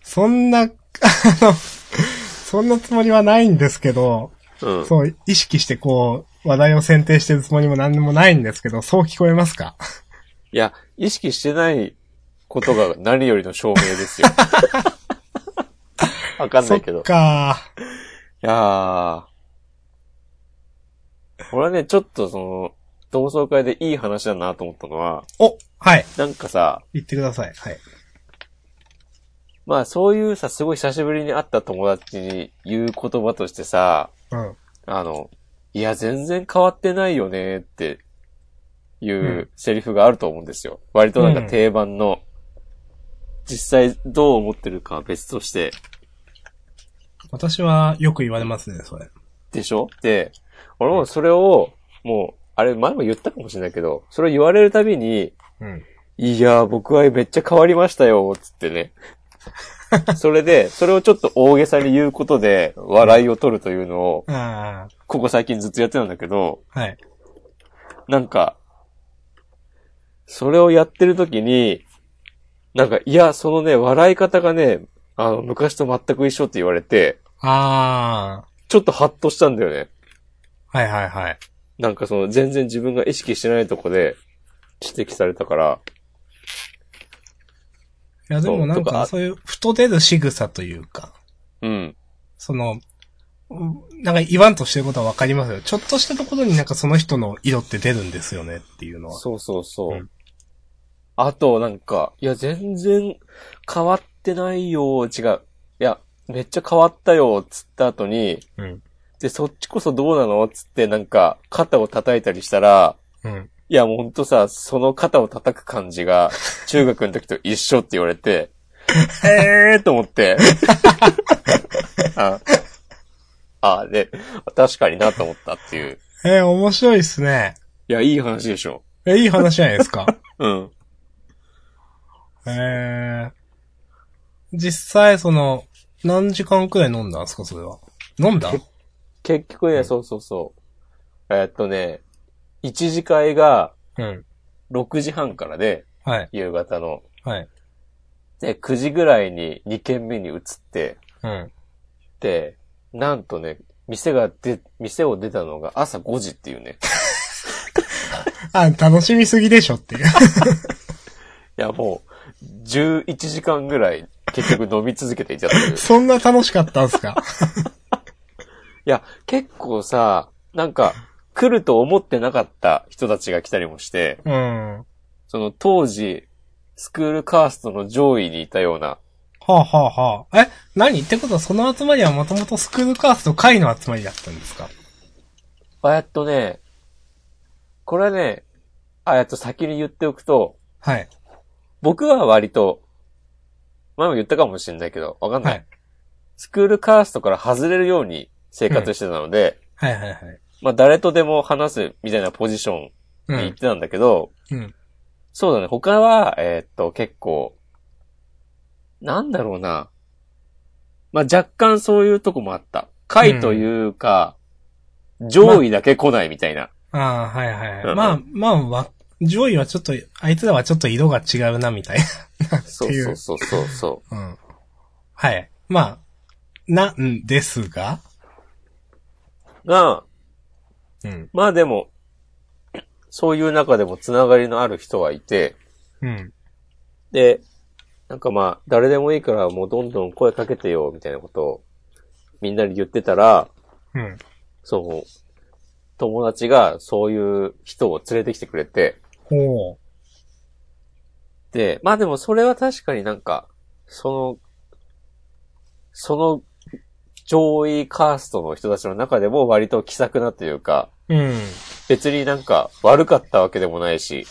そんな、あ の、そんなつもりはないんですけど、
うん。
そう、意識してこう、話題を選定してるつもりも何でもないんですけど、そう聞こえますか
いや、意識してないことが何よりの証明 ですよ。わかんな
そっ
いけど。い
か
やー。俺はね、ちょっとその、同窓会でいい話だなと思ったのは、
お、はい、
なんかさ、
言ってください。はい。
まあそういうさ、すごい久しぶりに会った友達に言う言葉としてさ、
うん。
あの、いや、全然変わってないよねっていうんうセリフがあると思うんですよ。割となんか定番の、実際どう思ってるかは別として、
私はよく言われますね、それ。
でしょで、俺もそれを、もう、あれ前も言ったかもしれないけど、それを言われるたびに、
うん。
いやー、僕はめっちゃ変わりましたよ、つってね。それで、それをちょっと大げさに言うことで、笑いを取るというのを、
あ
ここ最近ずっとやってたんだけど、
あ、はい。
なんか、それをやってる時に、なんか、いや、そのね、笑い方がね、あの、昔と全く一緒って言われて、
あ
ちょっとハッとしたんだよね。
あ、はいはいはい。
なんかその、全然自分が意識してないとこで、指摘されたから、
いや、でもなん
そうとか
か、そういう、ふと出る仕草というか、
うん。
その、うんなんか言わんとしてることはわかりますよ。ちょっとしたところになんかその人の色って出るんですよねっていうのは。
そうそうそう。
うん
あと、なんか、いや、全然変わってないよ、違う。いや、めっちゃ変わったよ、つった後に、
うん。
で、そっちこそどうなのつって、なんか、肩を叩いたりしたら、
うん。
いや、もうほんとさ、その肩を叩く感じが、中学の時と一緒って言われて、えーと思って。あ、あ、で、確かになと思ったっていう。
えー、面白いっすね。
いや、いい話でしょ。
えー、いい話じゃないです か。
うん。
えー、実際その、何時間くらい飲んだんですか、それは。飲んだ
結局ね、そうそうそう。えーっとね、一次会が
うん。
6時半からで、
はい。
夕方の。
はい。
で、9時ぐらいに2軒目に移って、
うん。
で、なんとね、店がで、店を出たのが朝5時っていうね。
あ、楽しみすぎでしょっていう。
い や、もう、11時間ぐらい結局飲み続けていたと いう。い
そんな楽しかったんすか
や、結構さ、なんか、来ると思ってなかった人たちが来たりもして、
うん。は
その当時、スクールカーストの上位にいたような、
あはあはあ。え、何ってことはその集まりはもともとスクールカースト会の集まりだったんですか
あやっとね、これはね、あやっと先に言っておくと、
はい。
僕は割と、前も言ったかもしれないけど、わかんな。
はいい。
スクールカーストから外れるように生活してたので、
はいはいはい。
まあ誰とでも話すみたいなポジション
う
に行っ
ん。
てたんだけど、
うん。
そうだね。他は、えーっと、結構、なんだろうな。まあ、若干そういうとこもあった。会というか、上位だけ来ないみたいな。
ああ、はいはいは
う
い。
ん
まあ、まあ、わ、上位はちょっと、あいつらはちょっと色が違うな、みたい
そうそうそうそうそ
な。うん。はい。まあ、なんですが、
う。が、
うん。
まあでも、そういう中でもつながりのある人はいて、
うん。
で、なんかまあ、誰でもいいからもうどんどん声かけてよ、みたいなことを、みんなに言ってたら、
うん。
そう、友達がそういう人を連れてきてくれて、
ほ
で、まあでもそれは確かになんか、その、その上位カーストの人たちの中でも割と気さくなというか、
う。うん。
別になんか悪かったわけでもないし、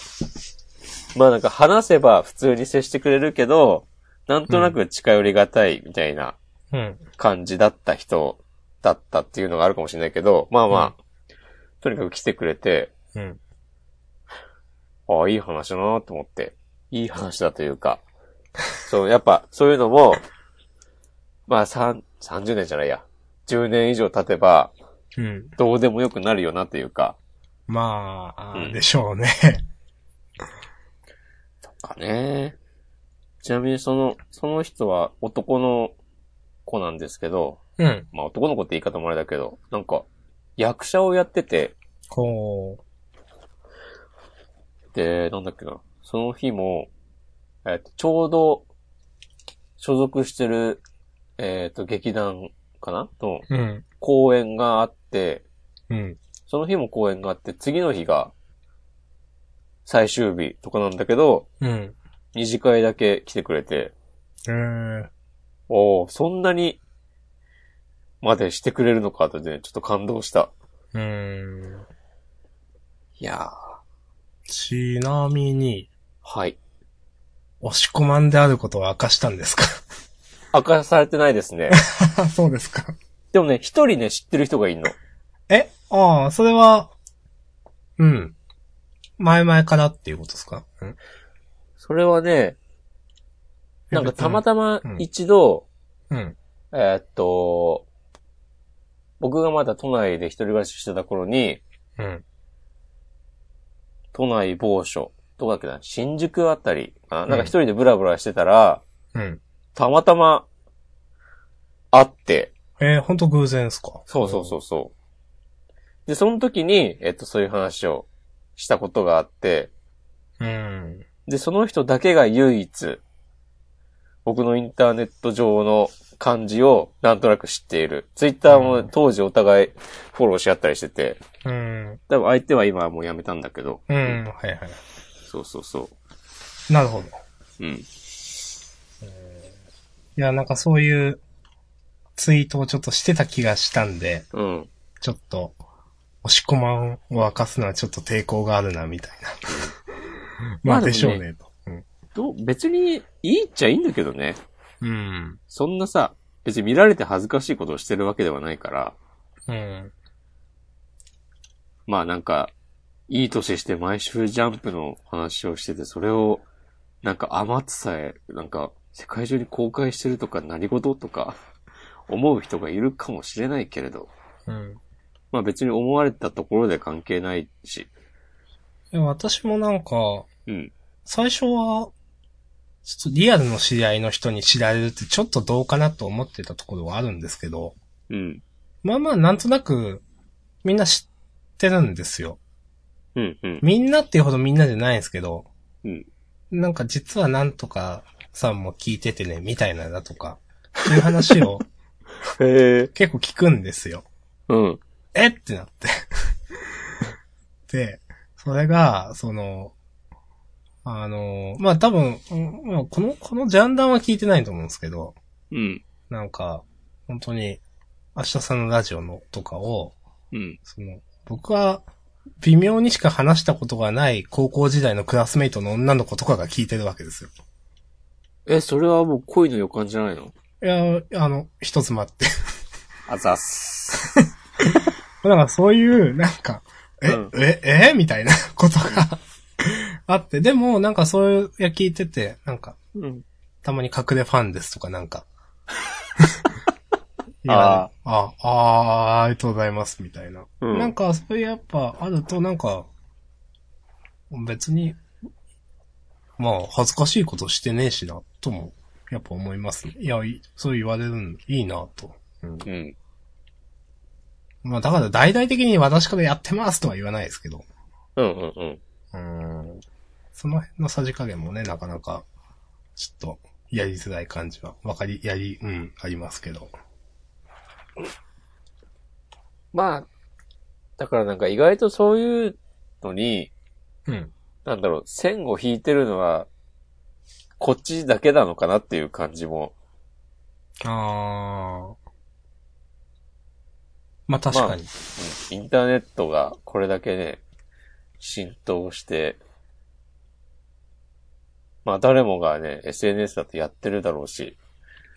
まあなんか話せば普通に接してくれるけど、なんとなく近寄りがたいみたいな
うん。
感じだった人だったっていうのがあるかもしれないけど、まあまあ、とにかく来てくれて、
うん。
ああ、いい話だなと思って。いい話だというか。そう、やっぱ、そういうのも、まあ、三、30年じゃないや。10年以上経てば、
うん。
どうでもよくなるよなというか。
まあ、あー
うん
でしょうね。
かね。ちなみにその、その人は男の子なんですけど、
うん。
まあ男の子って言い方もあれだけど、なんか、役者をやってて、
こう、
で、なんだっけな、その日も、えっ、と、ちょうど、所属してる、えっ、と、劇団かなの
うん。
公演があって、
うん。
その日も公演があって、次の日が、最終日とかなんだけど、
うん。
二次会だけ来てくれて、
えー、
おおそんなに、までしてくれるのかとね、ちょっと感動した。
うーん。
いや
ちなみに、
ー、はい。
押し込まんであることを明かしたんですか
明かされてないですね。
そうですか。
でもね、一人ね、知ってる人がいるの。
えああ、それは、うん。前々からっていうことですか、うん、
それはね、なんかたまたま
うん
一度、
うん。
えーっと、僕がまだ都内で一人暮らししてた頃に、
うん。
都内某所、どこだっけな、新宿あたりかな、なんか一人でブラブラしてたら、
うん。
たまたま、会って、
えー、ほんと偶然ですか
そうそうそうそう。で、その時に、えっと、そういう話をしたことがあって、
う。うん。
で、その人だけが唯一、僕のインターネット上の漢字をなんとなく知っている。ツイッターも当時お互いフォローし合ったりしてて、
うん。
多分相手は今はもうやめたんだけど、
うん。はいはい。
そうそうそ
なるほど。
う。うん。
いや、なんかそういうツイートをちょっとしてた気がしたんで、
うん。
ちょっと、押し込まんを沸かすのはちょっと抵抗があるな、みたいな。ま
ま
あ
あでもね
でしょうね、と。うん
どう別にいいっちゃいいんだけどね。
うん。
そんなさ、別に見られて恥ずかしいことをしてるわけではないから、
うん。
まあなんか、いい年して毎週ジャンプの話をしてて、それを、なんか余ってさえ、なんか、世界中に公開してるとか何事とか、 思う人がいるかもしれないけれど、
うん。
まあ別に思われたところで関係ないし、
いや私もなんか、
うん。
最初は、ちょっとリアルの知り合いの人に知られるってちょっとどうかなと思ってたところはあるんですけど、
うん。
まあまあなんとなくみんな知ってるんですよ。
うん、うん。
みんなっていうほどみんなじゃないんですけど、
うん
なんか実はなんとかさんも聞いててね、みたいなだとか、そういう話を
へえ。
結構聞くんですよ。
うん。
えってなって。で、それが、その、あの、まあ、多分、うんまあこの、このジャンダンは聞いてないと思うんですけど、
うん。
なんか、本当に、明日さんのラジオのとかを、
うん。
その、僕は、微妙にしか話したことがない高校時代のクラスメイトの女の子とかが聞いてるわけですよ。
え、それはもう恋の予感じゃないの
いや、あの、一つ待って。
あざっす。
なんかそういう、なんか、え、
うん
え、えみたいな ことがあって、でもなんかそういう、いや聞いてて、なんか、
うん。
たまに隠れファンですとかなんか。い
あ
や、あ、あー、ありがとうございます、みたいな。
うん
なんか、そういうやっぱあると、なんか、別に、まあ、恥ずかしいことしてねえしな、とも、やっぱ思いますね。いや、いそう言われるの、いいな、と。うん
うん。
まあだから大々的に私からやってますとは言わないですけど。
うん、うん、うん。
うん。その辺のさじ加減もね、なかなか、ちょっと、やりづらい感じは、わかり、やり、うん、ありますけど。
まあ、だからなんか意外とそういうのに、
うん。
なんだろう、線を引いてるのは、こっちだけなのかなっていう感じも。
あー。まあ確かに。
うんインターネットがこれだけね、浸透して、まあ誰もがね、SNS だとやってるだろうし、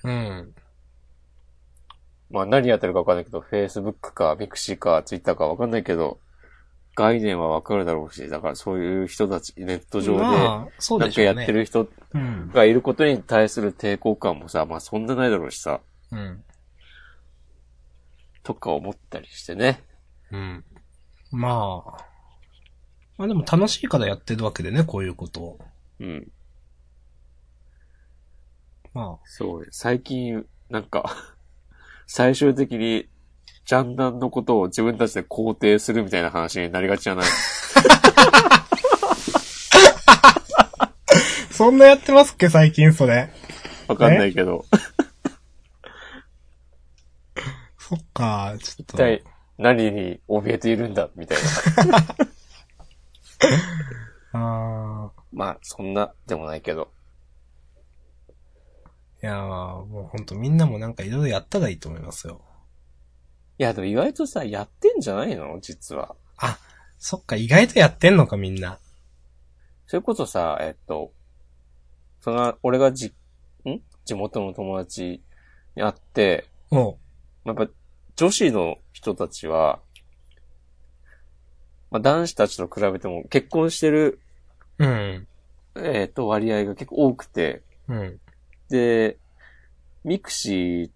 うん。
まあ何やってるかわかんないけど、Facebook か、Mixi か、Twitter かわかんないけど、概念はわかるだろうし、だからそういう人たち、ネット上で、
まあ、そう
な
で
ん
し
か
ょ
や
うね。
って。る人
うん。
がいることに対する抵抗感もさ、まあそんなないだろうしさ、
うん。
とか思ったりしてね。
うん。まあ。まあでも楽しいからやってるわけでね、こういうことを。
うん。
まあ、
そう、最近、なんか、 最終的に、ジャンダンのことを自分たちで肯定するみたいな話になりがちじゃない
そんなやってますっけ、最近、それ。
わかんないけど。
そっか、ちょっ
一
と。
体、何に怯えているんだみたいな。
ああ、
まあ、そんなでもないけど。
いやーもうほんとみんなもなんかいろいろやったらいいと思いますよ。
いや、でも意外とさ、やってんじゃないの実は。
あ、そっか、意外とやってんのか、みんな。
それこそさ、えっと、その、俺がじ、ん地元の友達に会って、
おう。
やっぱ、女子の人たちは、まあ、男子たちと比べても結婚してる、
うん。
えっ、と、割合が結構多くて、
うん。
で、ミクシー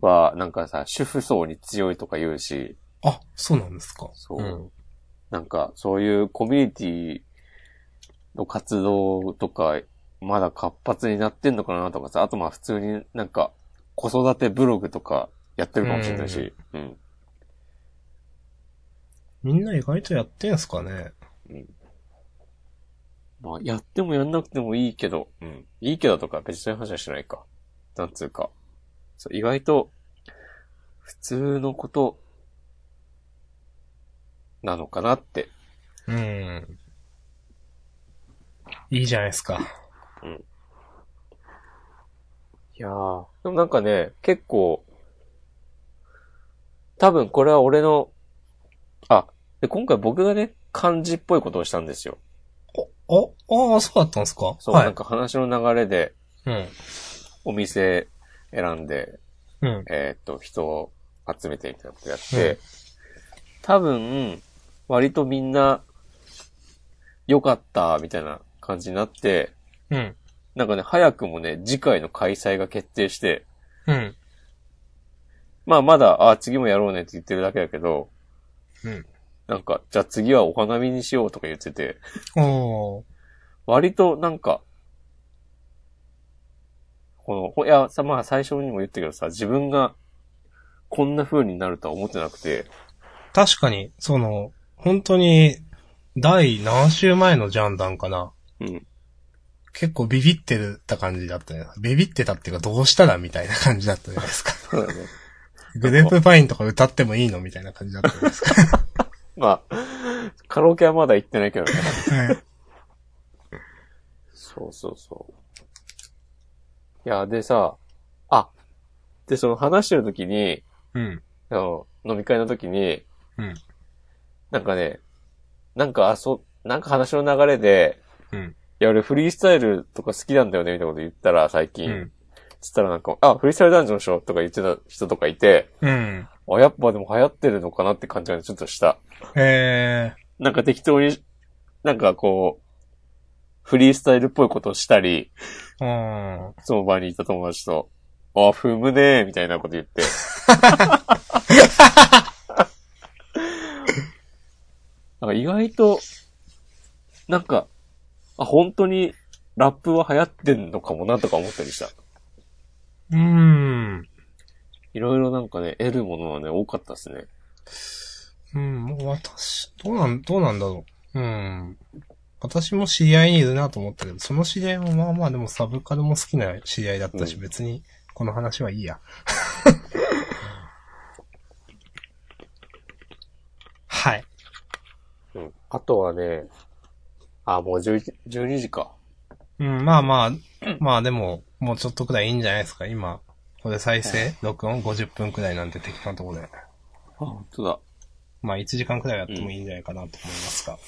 はなんかさ、主婦層に強いとか言うし、
あ、そうなんですか。。
そううんなんかそういうコミュニティの活動とか、まだ活発になってんのかなとかさ、あとまあ普通になんか子育てブログとかやってるかもしれないし、うん。
みんな意外とやってんすかね。
まあ、やってもやんなくてもいいけど、うん。いいけどとか別に話はしないか。なんつうか。そう、意外と、普通のこと、なのかなって。
うん。いいじゃないですか。
いやー。でもなんかね、結構、多分これは俺の、あ、で、今回僕がね、漢字っぽいことをしたんですよ。
お、お、ああ、そうだったんですか
そう、
は
なん
い。
か話の流れで、
うん。
お店選んで、
うん。
えーっと、人を集めてみたいなことやって、多分、割とみんな、良かった、みたいな感じになって、
うん。
なんかね、早くもね、次回の開催が決定して、
うん。
まあまだ、あ次もやろうねって言ってるだけだけど、
うん。
なんか、じゃあ次はお花見にしようとか言ってて、
おー。
割となんか、この、ほいや、さ、まあ最初にも言ったけどさ、自分がこんな風になるとは思ってなくて、
確かに、その、本当に、第何週前のジャンダンかな。
うん。
結構ビビってるった感じだったね。ビビってたっていうか、どうしたらみたいな感じだったじゃないですか。
そうだね。
グレープファインとか歌ってもいいのみたいな感じだったじゃないですか。
まあ、カラオケはまだ行ってないけどね。
はい
そうそうそう。いや、でさ、あ、で、その話してる時に、
うん。
あの飲み会の時に、
うん。
なんかね、なんか、あ、そう、なんか話の流れで、
うん。
いや、俺フリースタイルとか好きなんだよね、みたいなこと言ったら、最近。
うん。
つったらなんか、あ、フリースタイルダンジョンしようとか言ってた人とかいて、
うん。
あ、やっぱでも流行ってるのかなって感じがちょっとした。
え
なんか適当に、なんかこう、フリースタイルっぽいことをしたり、
ー。うん。
その場にいた友達と、あ、踏むねーみたいなこと言 って。なんか意外と、なんか、あ、本当にラップは流行ってんのかもなとか思ったりした。
うーん。
いろいろなんかね、得るものはね、多かったですね。
うん、もう私、どうなん、どうなんだろう。うん。私も知り合いにいるなと思ったけど、その知り合いもまあまあでもサブカルも好きな知り合いだったし、
うん
別にこの話はいいや。はい。
うん。あとはね、あ、もう11 12時か。
うん、まあまあ、まあでも、もうちょっとくらいいいんじゃないですか、今。これ再生録音50分くらいなんて適当なところで。
あ、本当だ。
まあ1時間くらいやってもいいんじゃないかなと思いますが。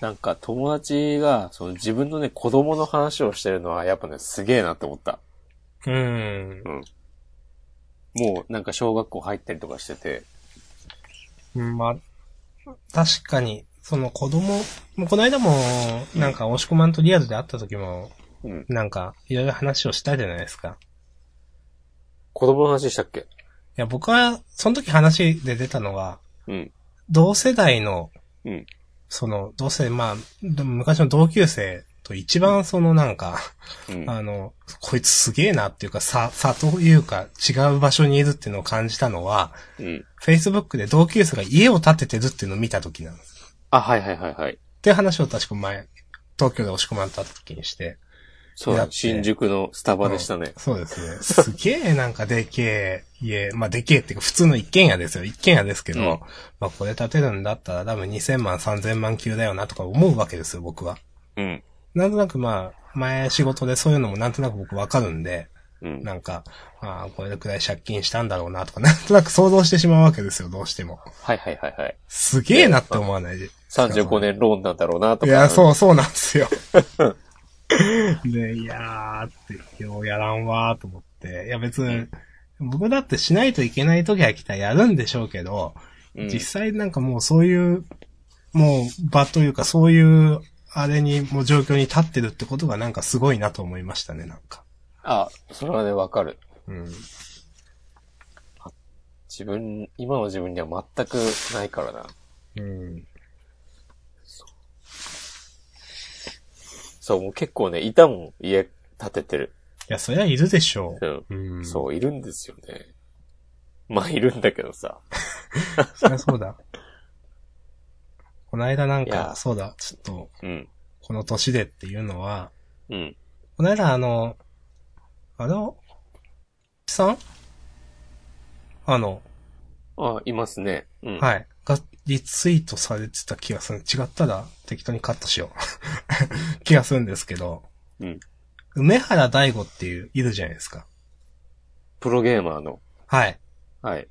なんか友達が、その自分のね、子供の話をしてるのは、やっぱね、すげえなって思った。
うん。
もう、なんか小学校入ったりとかしてて。
うんまあ、確かに、その子供、もうこの間も、なんか、押し込まんとリアルで会った時も、
うん。
なんか、いろいろ話をしたじゃないですか。
子供の話したっけ
いや、僕は、その時話で出たのは、
うん。
同世代の、
うん。
その、同世代、まあ、でも昔の同級生と一番そのなんか、
うん。
あの、こいつすげえなっていうか、さ、差というか違う場所にいるっていうのを感じたのは、
うん。
Facebook で同級生が家を建ててるっていうのを見た時なんです。
あ、はいはいはいはい。
っていう話を確か前、東京で押し込まれた時にして。
そう
だ
だ
っ、て
新宿のスタバでしたね。
そうですね。すげえなんかでけえ家、まあでけえっていうか普通の一軒家ですよ。一軒家ですけど、
うん
まあこれ建てるんだったら多分2000万3000万級だよなとか思うわけですよ、僕は。
うん。
なんとなくまあ、前仕事でそういうのもなんとなく僕わかるんで、
うん。
なんか、ああ、これくらい借金したんだろうなとか、 なんとなく想像してしまうわけですよ、どうしても。
はいはいはいはい。
すげえなって思わないで。
35年ローンなんだろうな、とか。
いや、そう、そうなんですよ。で、いやーって、ようやらんわーと思って。いや、別に、僕だってしないといけない時は来たらやるんでしょうけど、
うん。
実際なんかもうそういう、もう場というかそういう、あれに、もう状況に立ってるってことがなんかすごいなと思いましたね、なんか。
あ、それはね、わかる。
うん。
自分、今の自分には全くないからな。
うん。
そう、もう結構ね、いたもん、家建ててる。
いや、そりゃいるでしょ
うん。
う。うん。
そう、いるんですよね。まあ、いるんだけどさ。
そりゃそうだ。この間なん
いや
か、そうだ、ちょっと、
うん。
この年でっていうのは、
うん。
この間あの、あの、さんあの、
あ、いますね。うん。
はい。が、リツイートされてた気がする。違ったら適当にカットしよう。 気がするんですけど、
うん。
梅原大吾っていう、いるじゃないですか。
プロゲーマーの。
はい。
はい。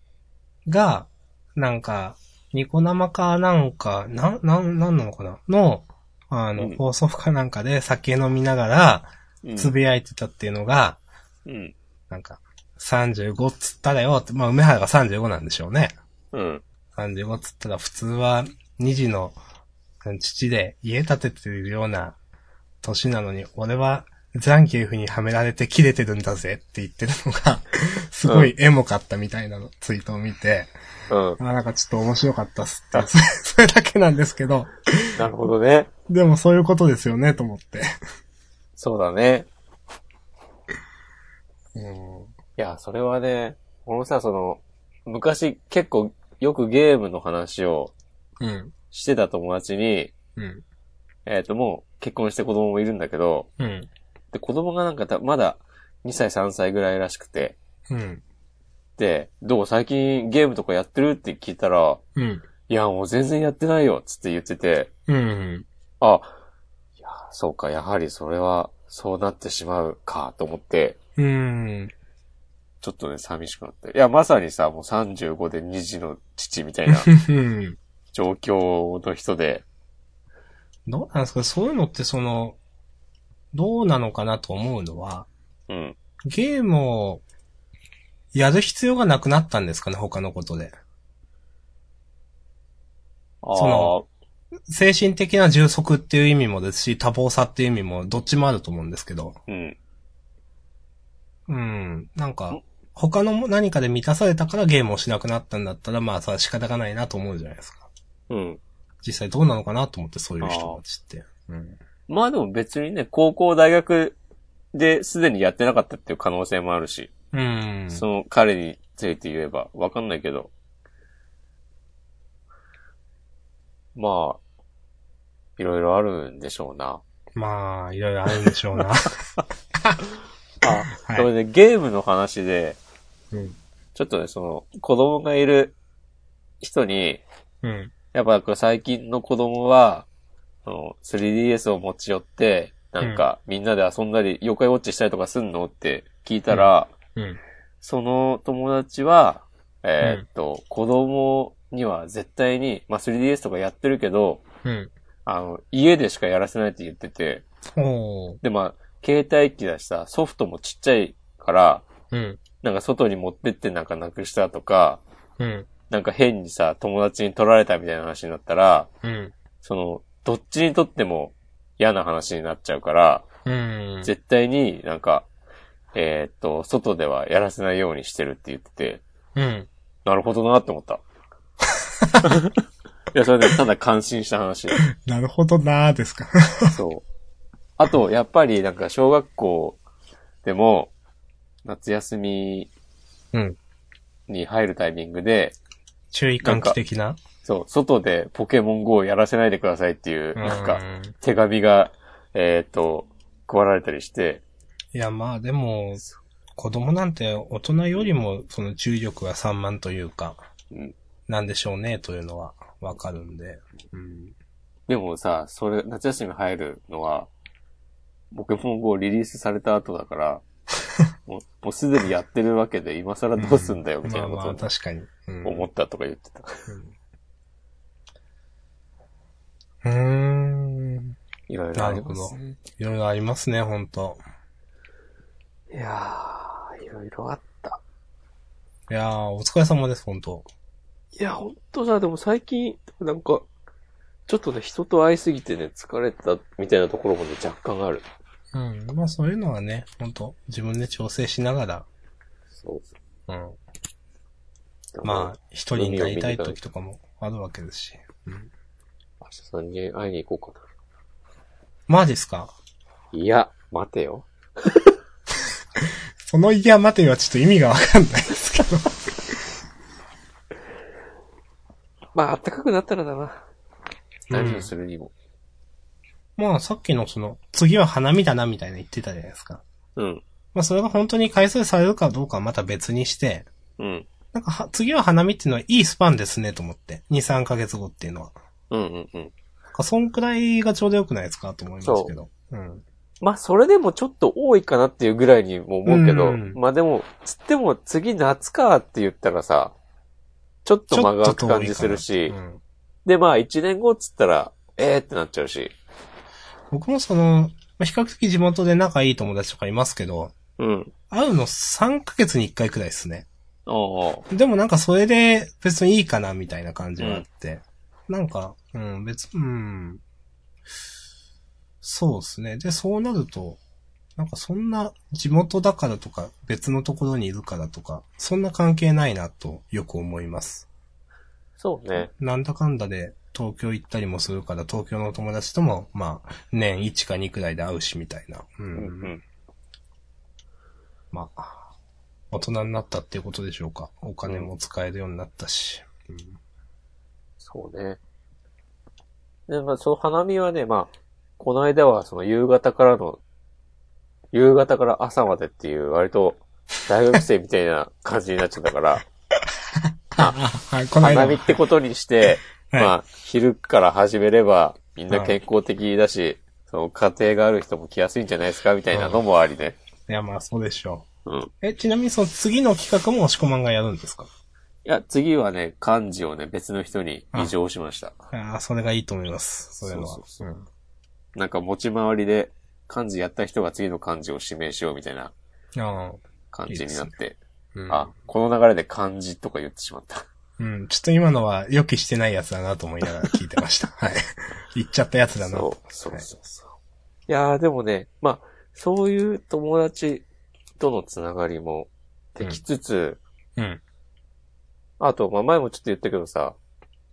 が、なんか、ニコ生かなんか、なん、なん、なんなのかなの、あの、
うん
放送かなんかで酒飲みながら、
うん
つぶやいてたっていうのが、
うん。
なんか、35っつったらよって、まあ、梅原が35なんでしょうね。
うん。
35っつったら普通は2児の父で家建ててるような年なのに、俺は残ーフにはめられて切れてるんだぜって言ってるのが、すごいエモかったみたいなのツイートを見て、
うん。
あなんかちょっと面白かったっすって、 それそれだけなんですけど、
なるほどね。
でもそういうことですよねと思って。
そうだね。
うん
いや、それはね、このさ、その、昔結構よくゲームの話を
うん。
してた友達に、
うん。
えっ、と、もう結婚して子供もいるんだけど、
うん。
で、子供がなんかたまだ2歳3歳ぐらいらしくて、
うん。
で、どう最近ゲームとかやってるって聞いたら、
うん。
いや、もう全然やってないよ、つって言ってて、
うん。
あ、いや、そうか、やはりそれは、そうなってしまうか、と思って、
うん。
ちょっとね、寂しくなって。いや、まさにさ、もう35で2児の父みた いな
うん。
状況の人で、
どうなんですかそういうのってその、どうなのかなと思うのは、
うん。
ゲームをやる必要がなくなったんですかね他のことで。
あー
その精神的な充足っていう意味もですし、多忙さっていう意味もどっちもあると思うんですけど。
うん。
うん。なんか
ん、
他のも何かで満たされたからゲームをしなくなったんだったら、まあさ、仕方がないなと思うじゃないですか。
うん。
実際どうなのかなと思って、そういう人たちって。うん。
まあでも別にね、高校、大学ですでにやってなかったっていう可能性もあるし、
うん。
その彼について言えばわかんないけど、まあ、いろいろあるんでしょうな。
まあ、いろいろあるんでしょうな。
あ、
はい
それでゲームの話で、
うん。
ちょっとね、その、子供がいる人に、
うん。
やっぱこう最近の子供は、あの 3DS を持ち寄って、なんか、みんなで遊んだり、妖怪ウォッチしたりとかすんのって聞いたら、
うん。
その友達は、え
う
ー
ん
っと、子供には絶対に、まあ、3DS とかやってるけど、
うん。
あの、家でしかやらせないって言ってて、
おー。
で、まあ、携帯機だしさ、ソフトもちっちゃいから、
うん。
なんか外に持ってってなんかなくしたとか、
うん。
なんか変にさ、友達に取られたみたいな話になったら、
うん。
その、どっちにとっても嫌な話になっちゃうから、
うん。
絶対になんか、えーっと、外ではやらせないようにしてるって言ってて、
うん。
なるほどなって思った。いや、それでただ感心した話。
なるほどなーですか。
そう。あと、やっぱりなんか小学校でも、夏休み
うん。
に入るタイミングで、
注意喚起的な
そう、外でポケモン GO をやらせないでくださいっていう、なん
う
か、
ん
手紙が、えっ、と、配られたりして、
いや、まあでも、子供なんて大人よりもその注意力が散漫というか、
うん
なんでしょうねというのはわかるんで。うん。
でもさ、それ、夏休み入るのは、ポケモン GO リリースされた後だ から、もうもうすでにやってるわけで、今更どうすんだよ、みたい
ま
な
あまあ、
こと
確かに。うん
を思ったとか言ってた。
うーん。
いろいろありますね。
いろいろありますね、ほんと。
いやー、いろいろあった。
いやー、お疲れ様です、ほんと。
いや、ほんとさ、でも最近、なんか、ちょっとね、人と会いすぎてね、疲れたみたいなところもね、若干ある。
うん。まあそういうのはね、ほんと、自分で調整しながら、
そう。
うん。まあ、一人になりたい時とかもあるわけですし。
あ、明日さんに会いに行こうか
まあですか
な。いや、待てよ。
そのいや待てはちょっと意味がわかんないですけど。
まあ、暖かくなったらだな。
うん
何をするにも。
まあさっきのその、次は花見だなみたいな言ってたじゃないですか。
うん。
まあそれが本当に開催されるかどうかはまた別にして、
うん。
なんかは次は花見っていうのはいいスパンですねと思って。2、3ヶ月後っていうのは。
うんうんうん。
なんかそんくらいがちょうどよくないですかと思いますけど。うん。
まあ、それでもちょっと多いかなっていうぐらいにも思うけど、
うん
まあでも、つっても次夏かって言ったらさ、ちょっと間が空く感じするし、
うん
で、まあ一年後っつったら、えーってなっちゃうし、
僕もその、まあ比較的地元で仲いい友達とかいますけど、
うん。
会うの3ヶ月に1回くらいですね。
おうおう
でもなんかそれで別にいいかなみたいな感じがあって。なんか、うん、別、うん。そうですね。で、そうなると、なんかそんな地元だからとか別のところにいるからとか、そんな関係ないなとよく思います。
そうね。
なんだかんだで東京行ったりもするから東京の友達とも、まあ、年1か2くらいで会うしみたいな。う。
うんん
まあ、大人になったっていうことでしょうか。お金も使えるようになったし。うん
そうね。で、まあ、その花見はね、まあ、この間はその夕方からの、夕方から朝までっていう割と大学生みたいな感じになっちゃった から、
あ、はい、この
花
間は。
見ってことに して、
はい
まあ、昼から始めればみんな健康的だし、その家庭がある人も来やすいんじゃないですかみたいなのもありね。
いや、まあ、そうでしょ。
うん。いう
え、ちなみにその次の企画も押し込まんがやるんですか
や、次はね、漢字をね、別の人に異常しました。
ああ、それがいいと思います。それは。
そうそうそう
うん
なんか持ち回りで漢字やった人が次の漢字を指名しようみたいな
ああ、
感じになって。
うん。
あ、この流れで漢字とか言ってしまった。
うん。ちょっと今のは予期してないやつだなと思いながら聞いてま した。はい。言っちゃったやつだなと。
そう
はい
そうそう。いやーでもね、まあ、そういう友達とのつながりもできつつ、
うん。
あと、まあ、前もちょっと言ったけどさ、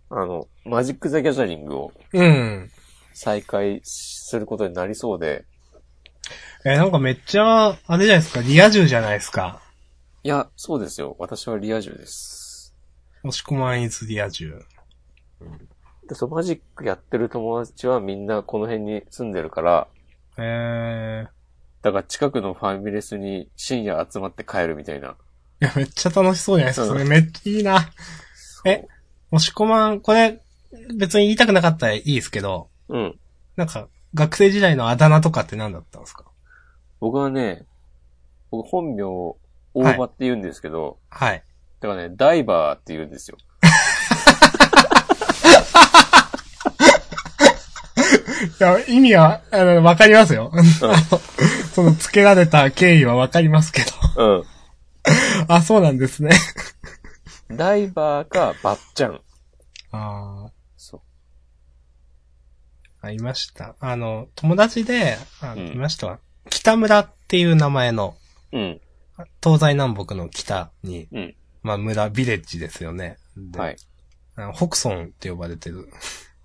あの、マジック・ザ・ギャザリングを
うん。
再開することになりそうで、
え、なんかめっちゃ、あれじゃないですか、リア充じゃないですか。
いや、そうですよ。私はリア充です。
押し込まんいずリア充。
で、そう、マジックやってる友達はみんなこの辺に住んでるから、
え
だから近くのファミレスに深夜集まって帰るみたいな。
ー。いや、めっちゃ楽しそうじゃないですか。それめっちゃいいな。え押し込まん、これ、別に言いたくなかったらいいですけど、
うん。
なんか、学生時代のあだ名とかって何だったんですか
僕はね、僕本名、大場って言うんですけど、
はい。
だからね、ダイバーって言うんですよ。
いや、意味は、あの、わかりますよ。 その、付けられた経緯はわかりますけど。
うん。
あ、そうなんですね。
ダイバーか、ばっちゃん。
あ
そう。
あ、いました。あの、友達で、あ
うん
いましたわ。北村っていう名前の、
うん。
東西南北の北に、
うん。
まあ村、ビレッジですよね。で
はい。。
あの北村って呼ばれてる、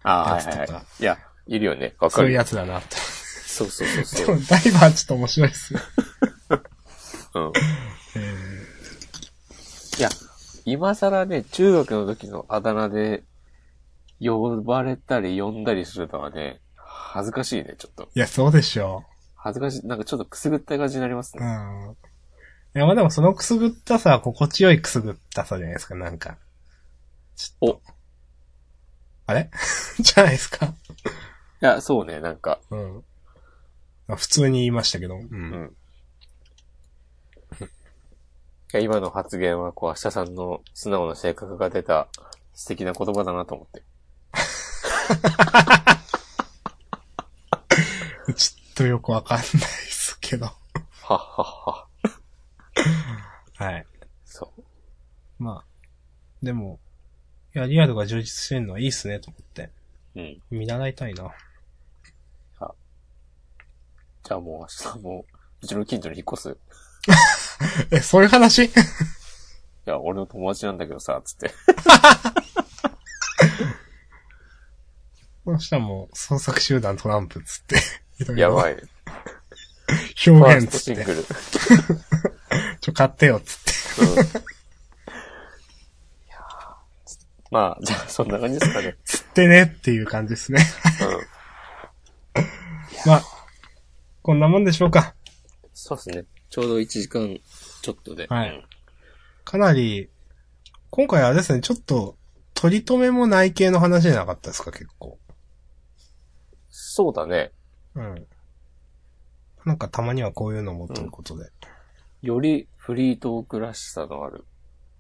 ああ、
や
は
つ
い
とか
はいはい。いや、いるよね。わか
そういう
る。
やつだなって。
そうそうそう
で
そ
も
う。
ダイバーちょっと面白いっすよ。
うん。いや、今更ね、中学の時のあだ名で、呼ばれたり呼んだりするのはね、恥ずかしいね、ちょっと。
いや、そうでしょ
恥ずかしい。なんかちょっとくすぐったい感じになります
う。う
ね。
ん。いや、まあでもそのくすぐったさは心地よいくすぐったさじゃないですか、なんか。ちょっと。あれ じゃないですか。
いや、そうね、なんか。
うん。あ普通に言いましたけど。う。
うんん。いや今の発言は、こう、明日さんの素直な性格が出た素敵な言葉だなと思って。
ちょっとよくわかんないですけど。
はっはっは。
はい。
そう。
まあ。でも、いや、リアルが充実してるのはいいっすね、と思って。
うん。
見習いたいな。
じゃあもう明日もう、うちの近所に引っ越す。
え、そういう話
いや、俺の友達なんだけどさ、つって。
そしたらもう、創作集団トランプっつって。
やば
い。
い。ファ
表
ー
現
ス
っ
ト
つ
シ
っ
ン
て
グ。ル。
ちょ、買ってよっつって。
う んいやーまあ、じゃあ、そんな感じですかね。
つってねっていう感じですね。
うん。
まあ、こんなもんでしょうか。
そうですね。ちょうど1時間ちょっとで。
はい
うん。
かなり、今回あれですね、ちょっと、取り留めもない系の話じゃなかったですか、結構。
そうだね。
うん。なんかたまにはこういうのもということで。
よりフリートークらしさのある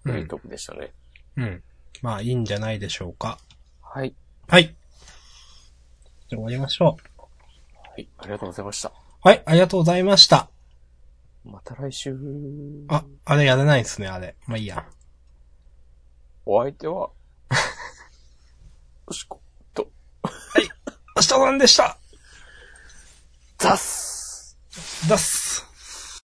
う
フ
ん。
リートークでしたね。
うん。まあ、いいんじゃないでしょうか。
はい。
はい。じゃあ終わりましょ
はい。ありがとうございました。
う。はい、ありがとうございました。
また来週。
あ、あれやれないですね、あれ。まあいいや。
お相手 は、よしこと、
明日さんでした
ザス
出す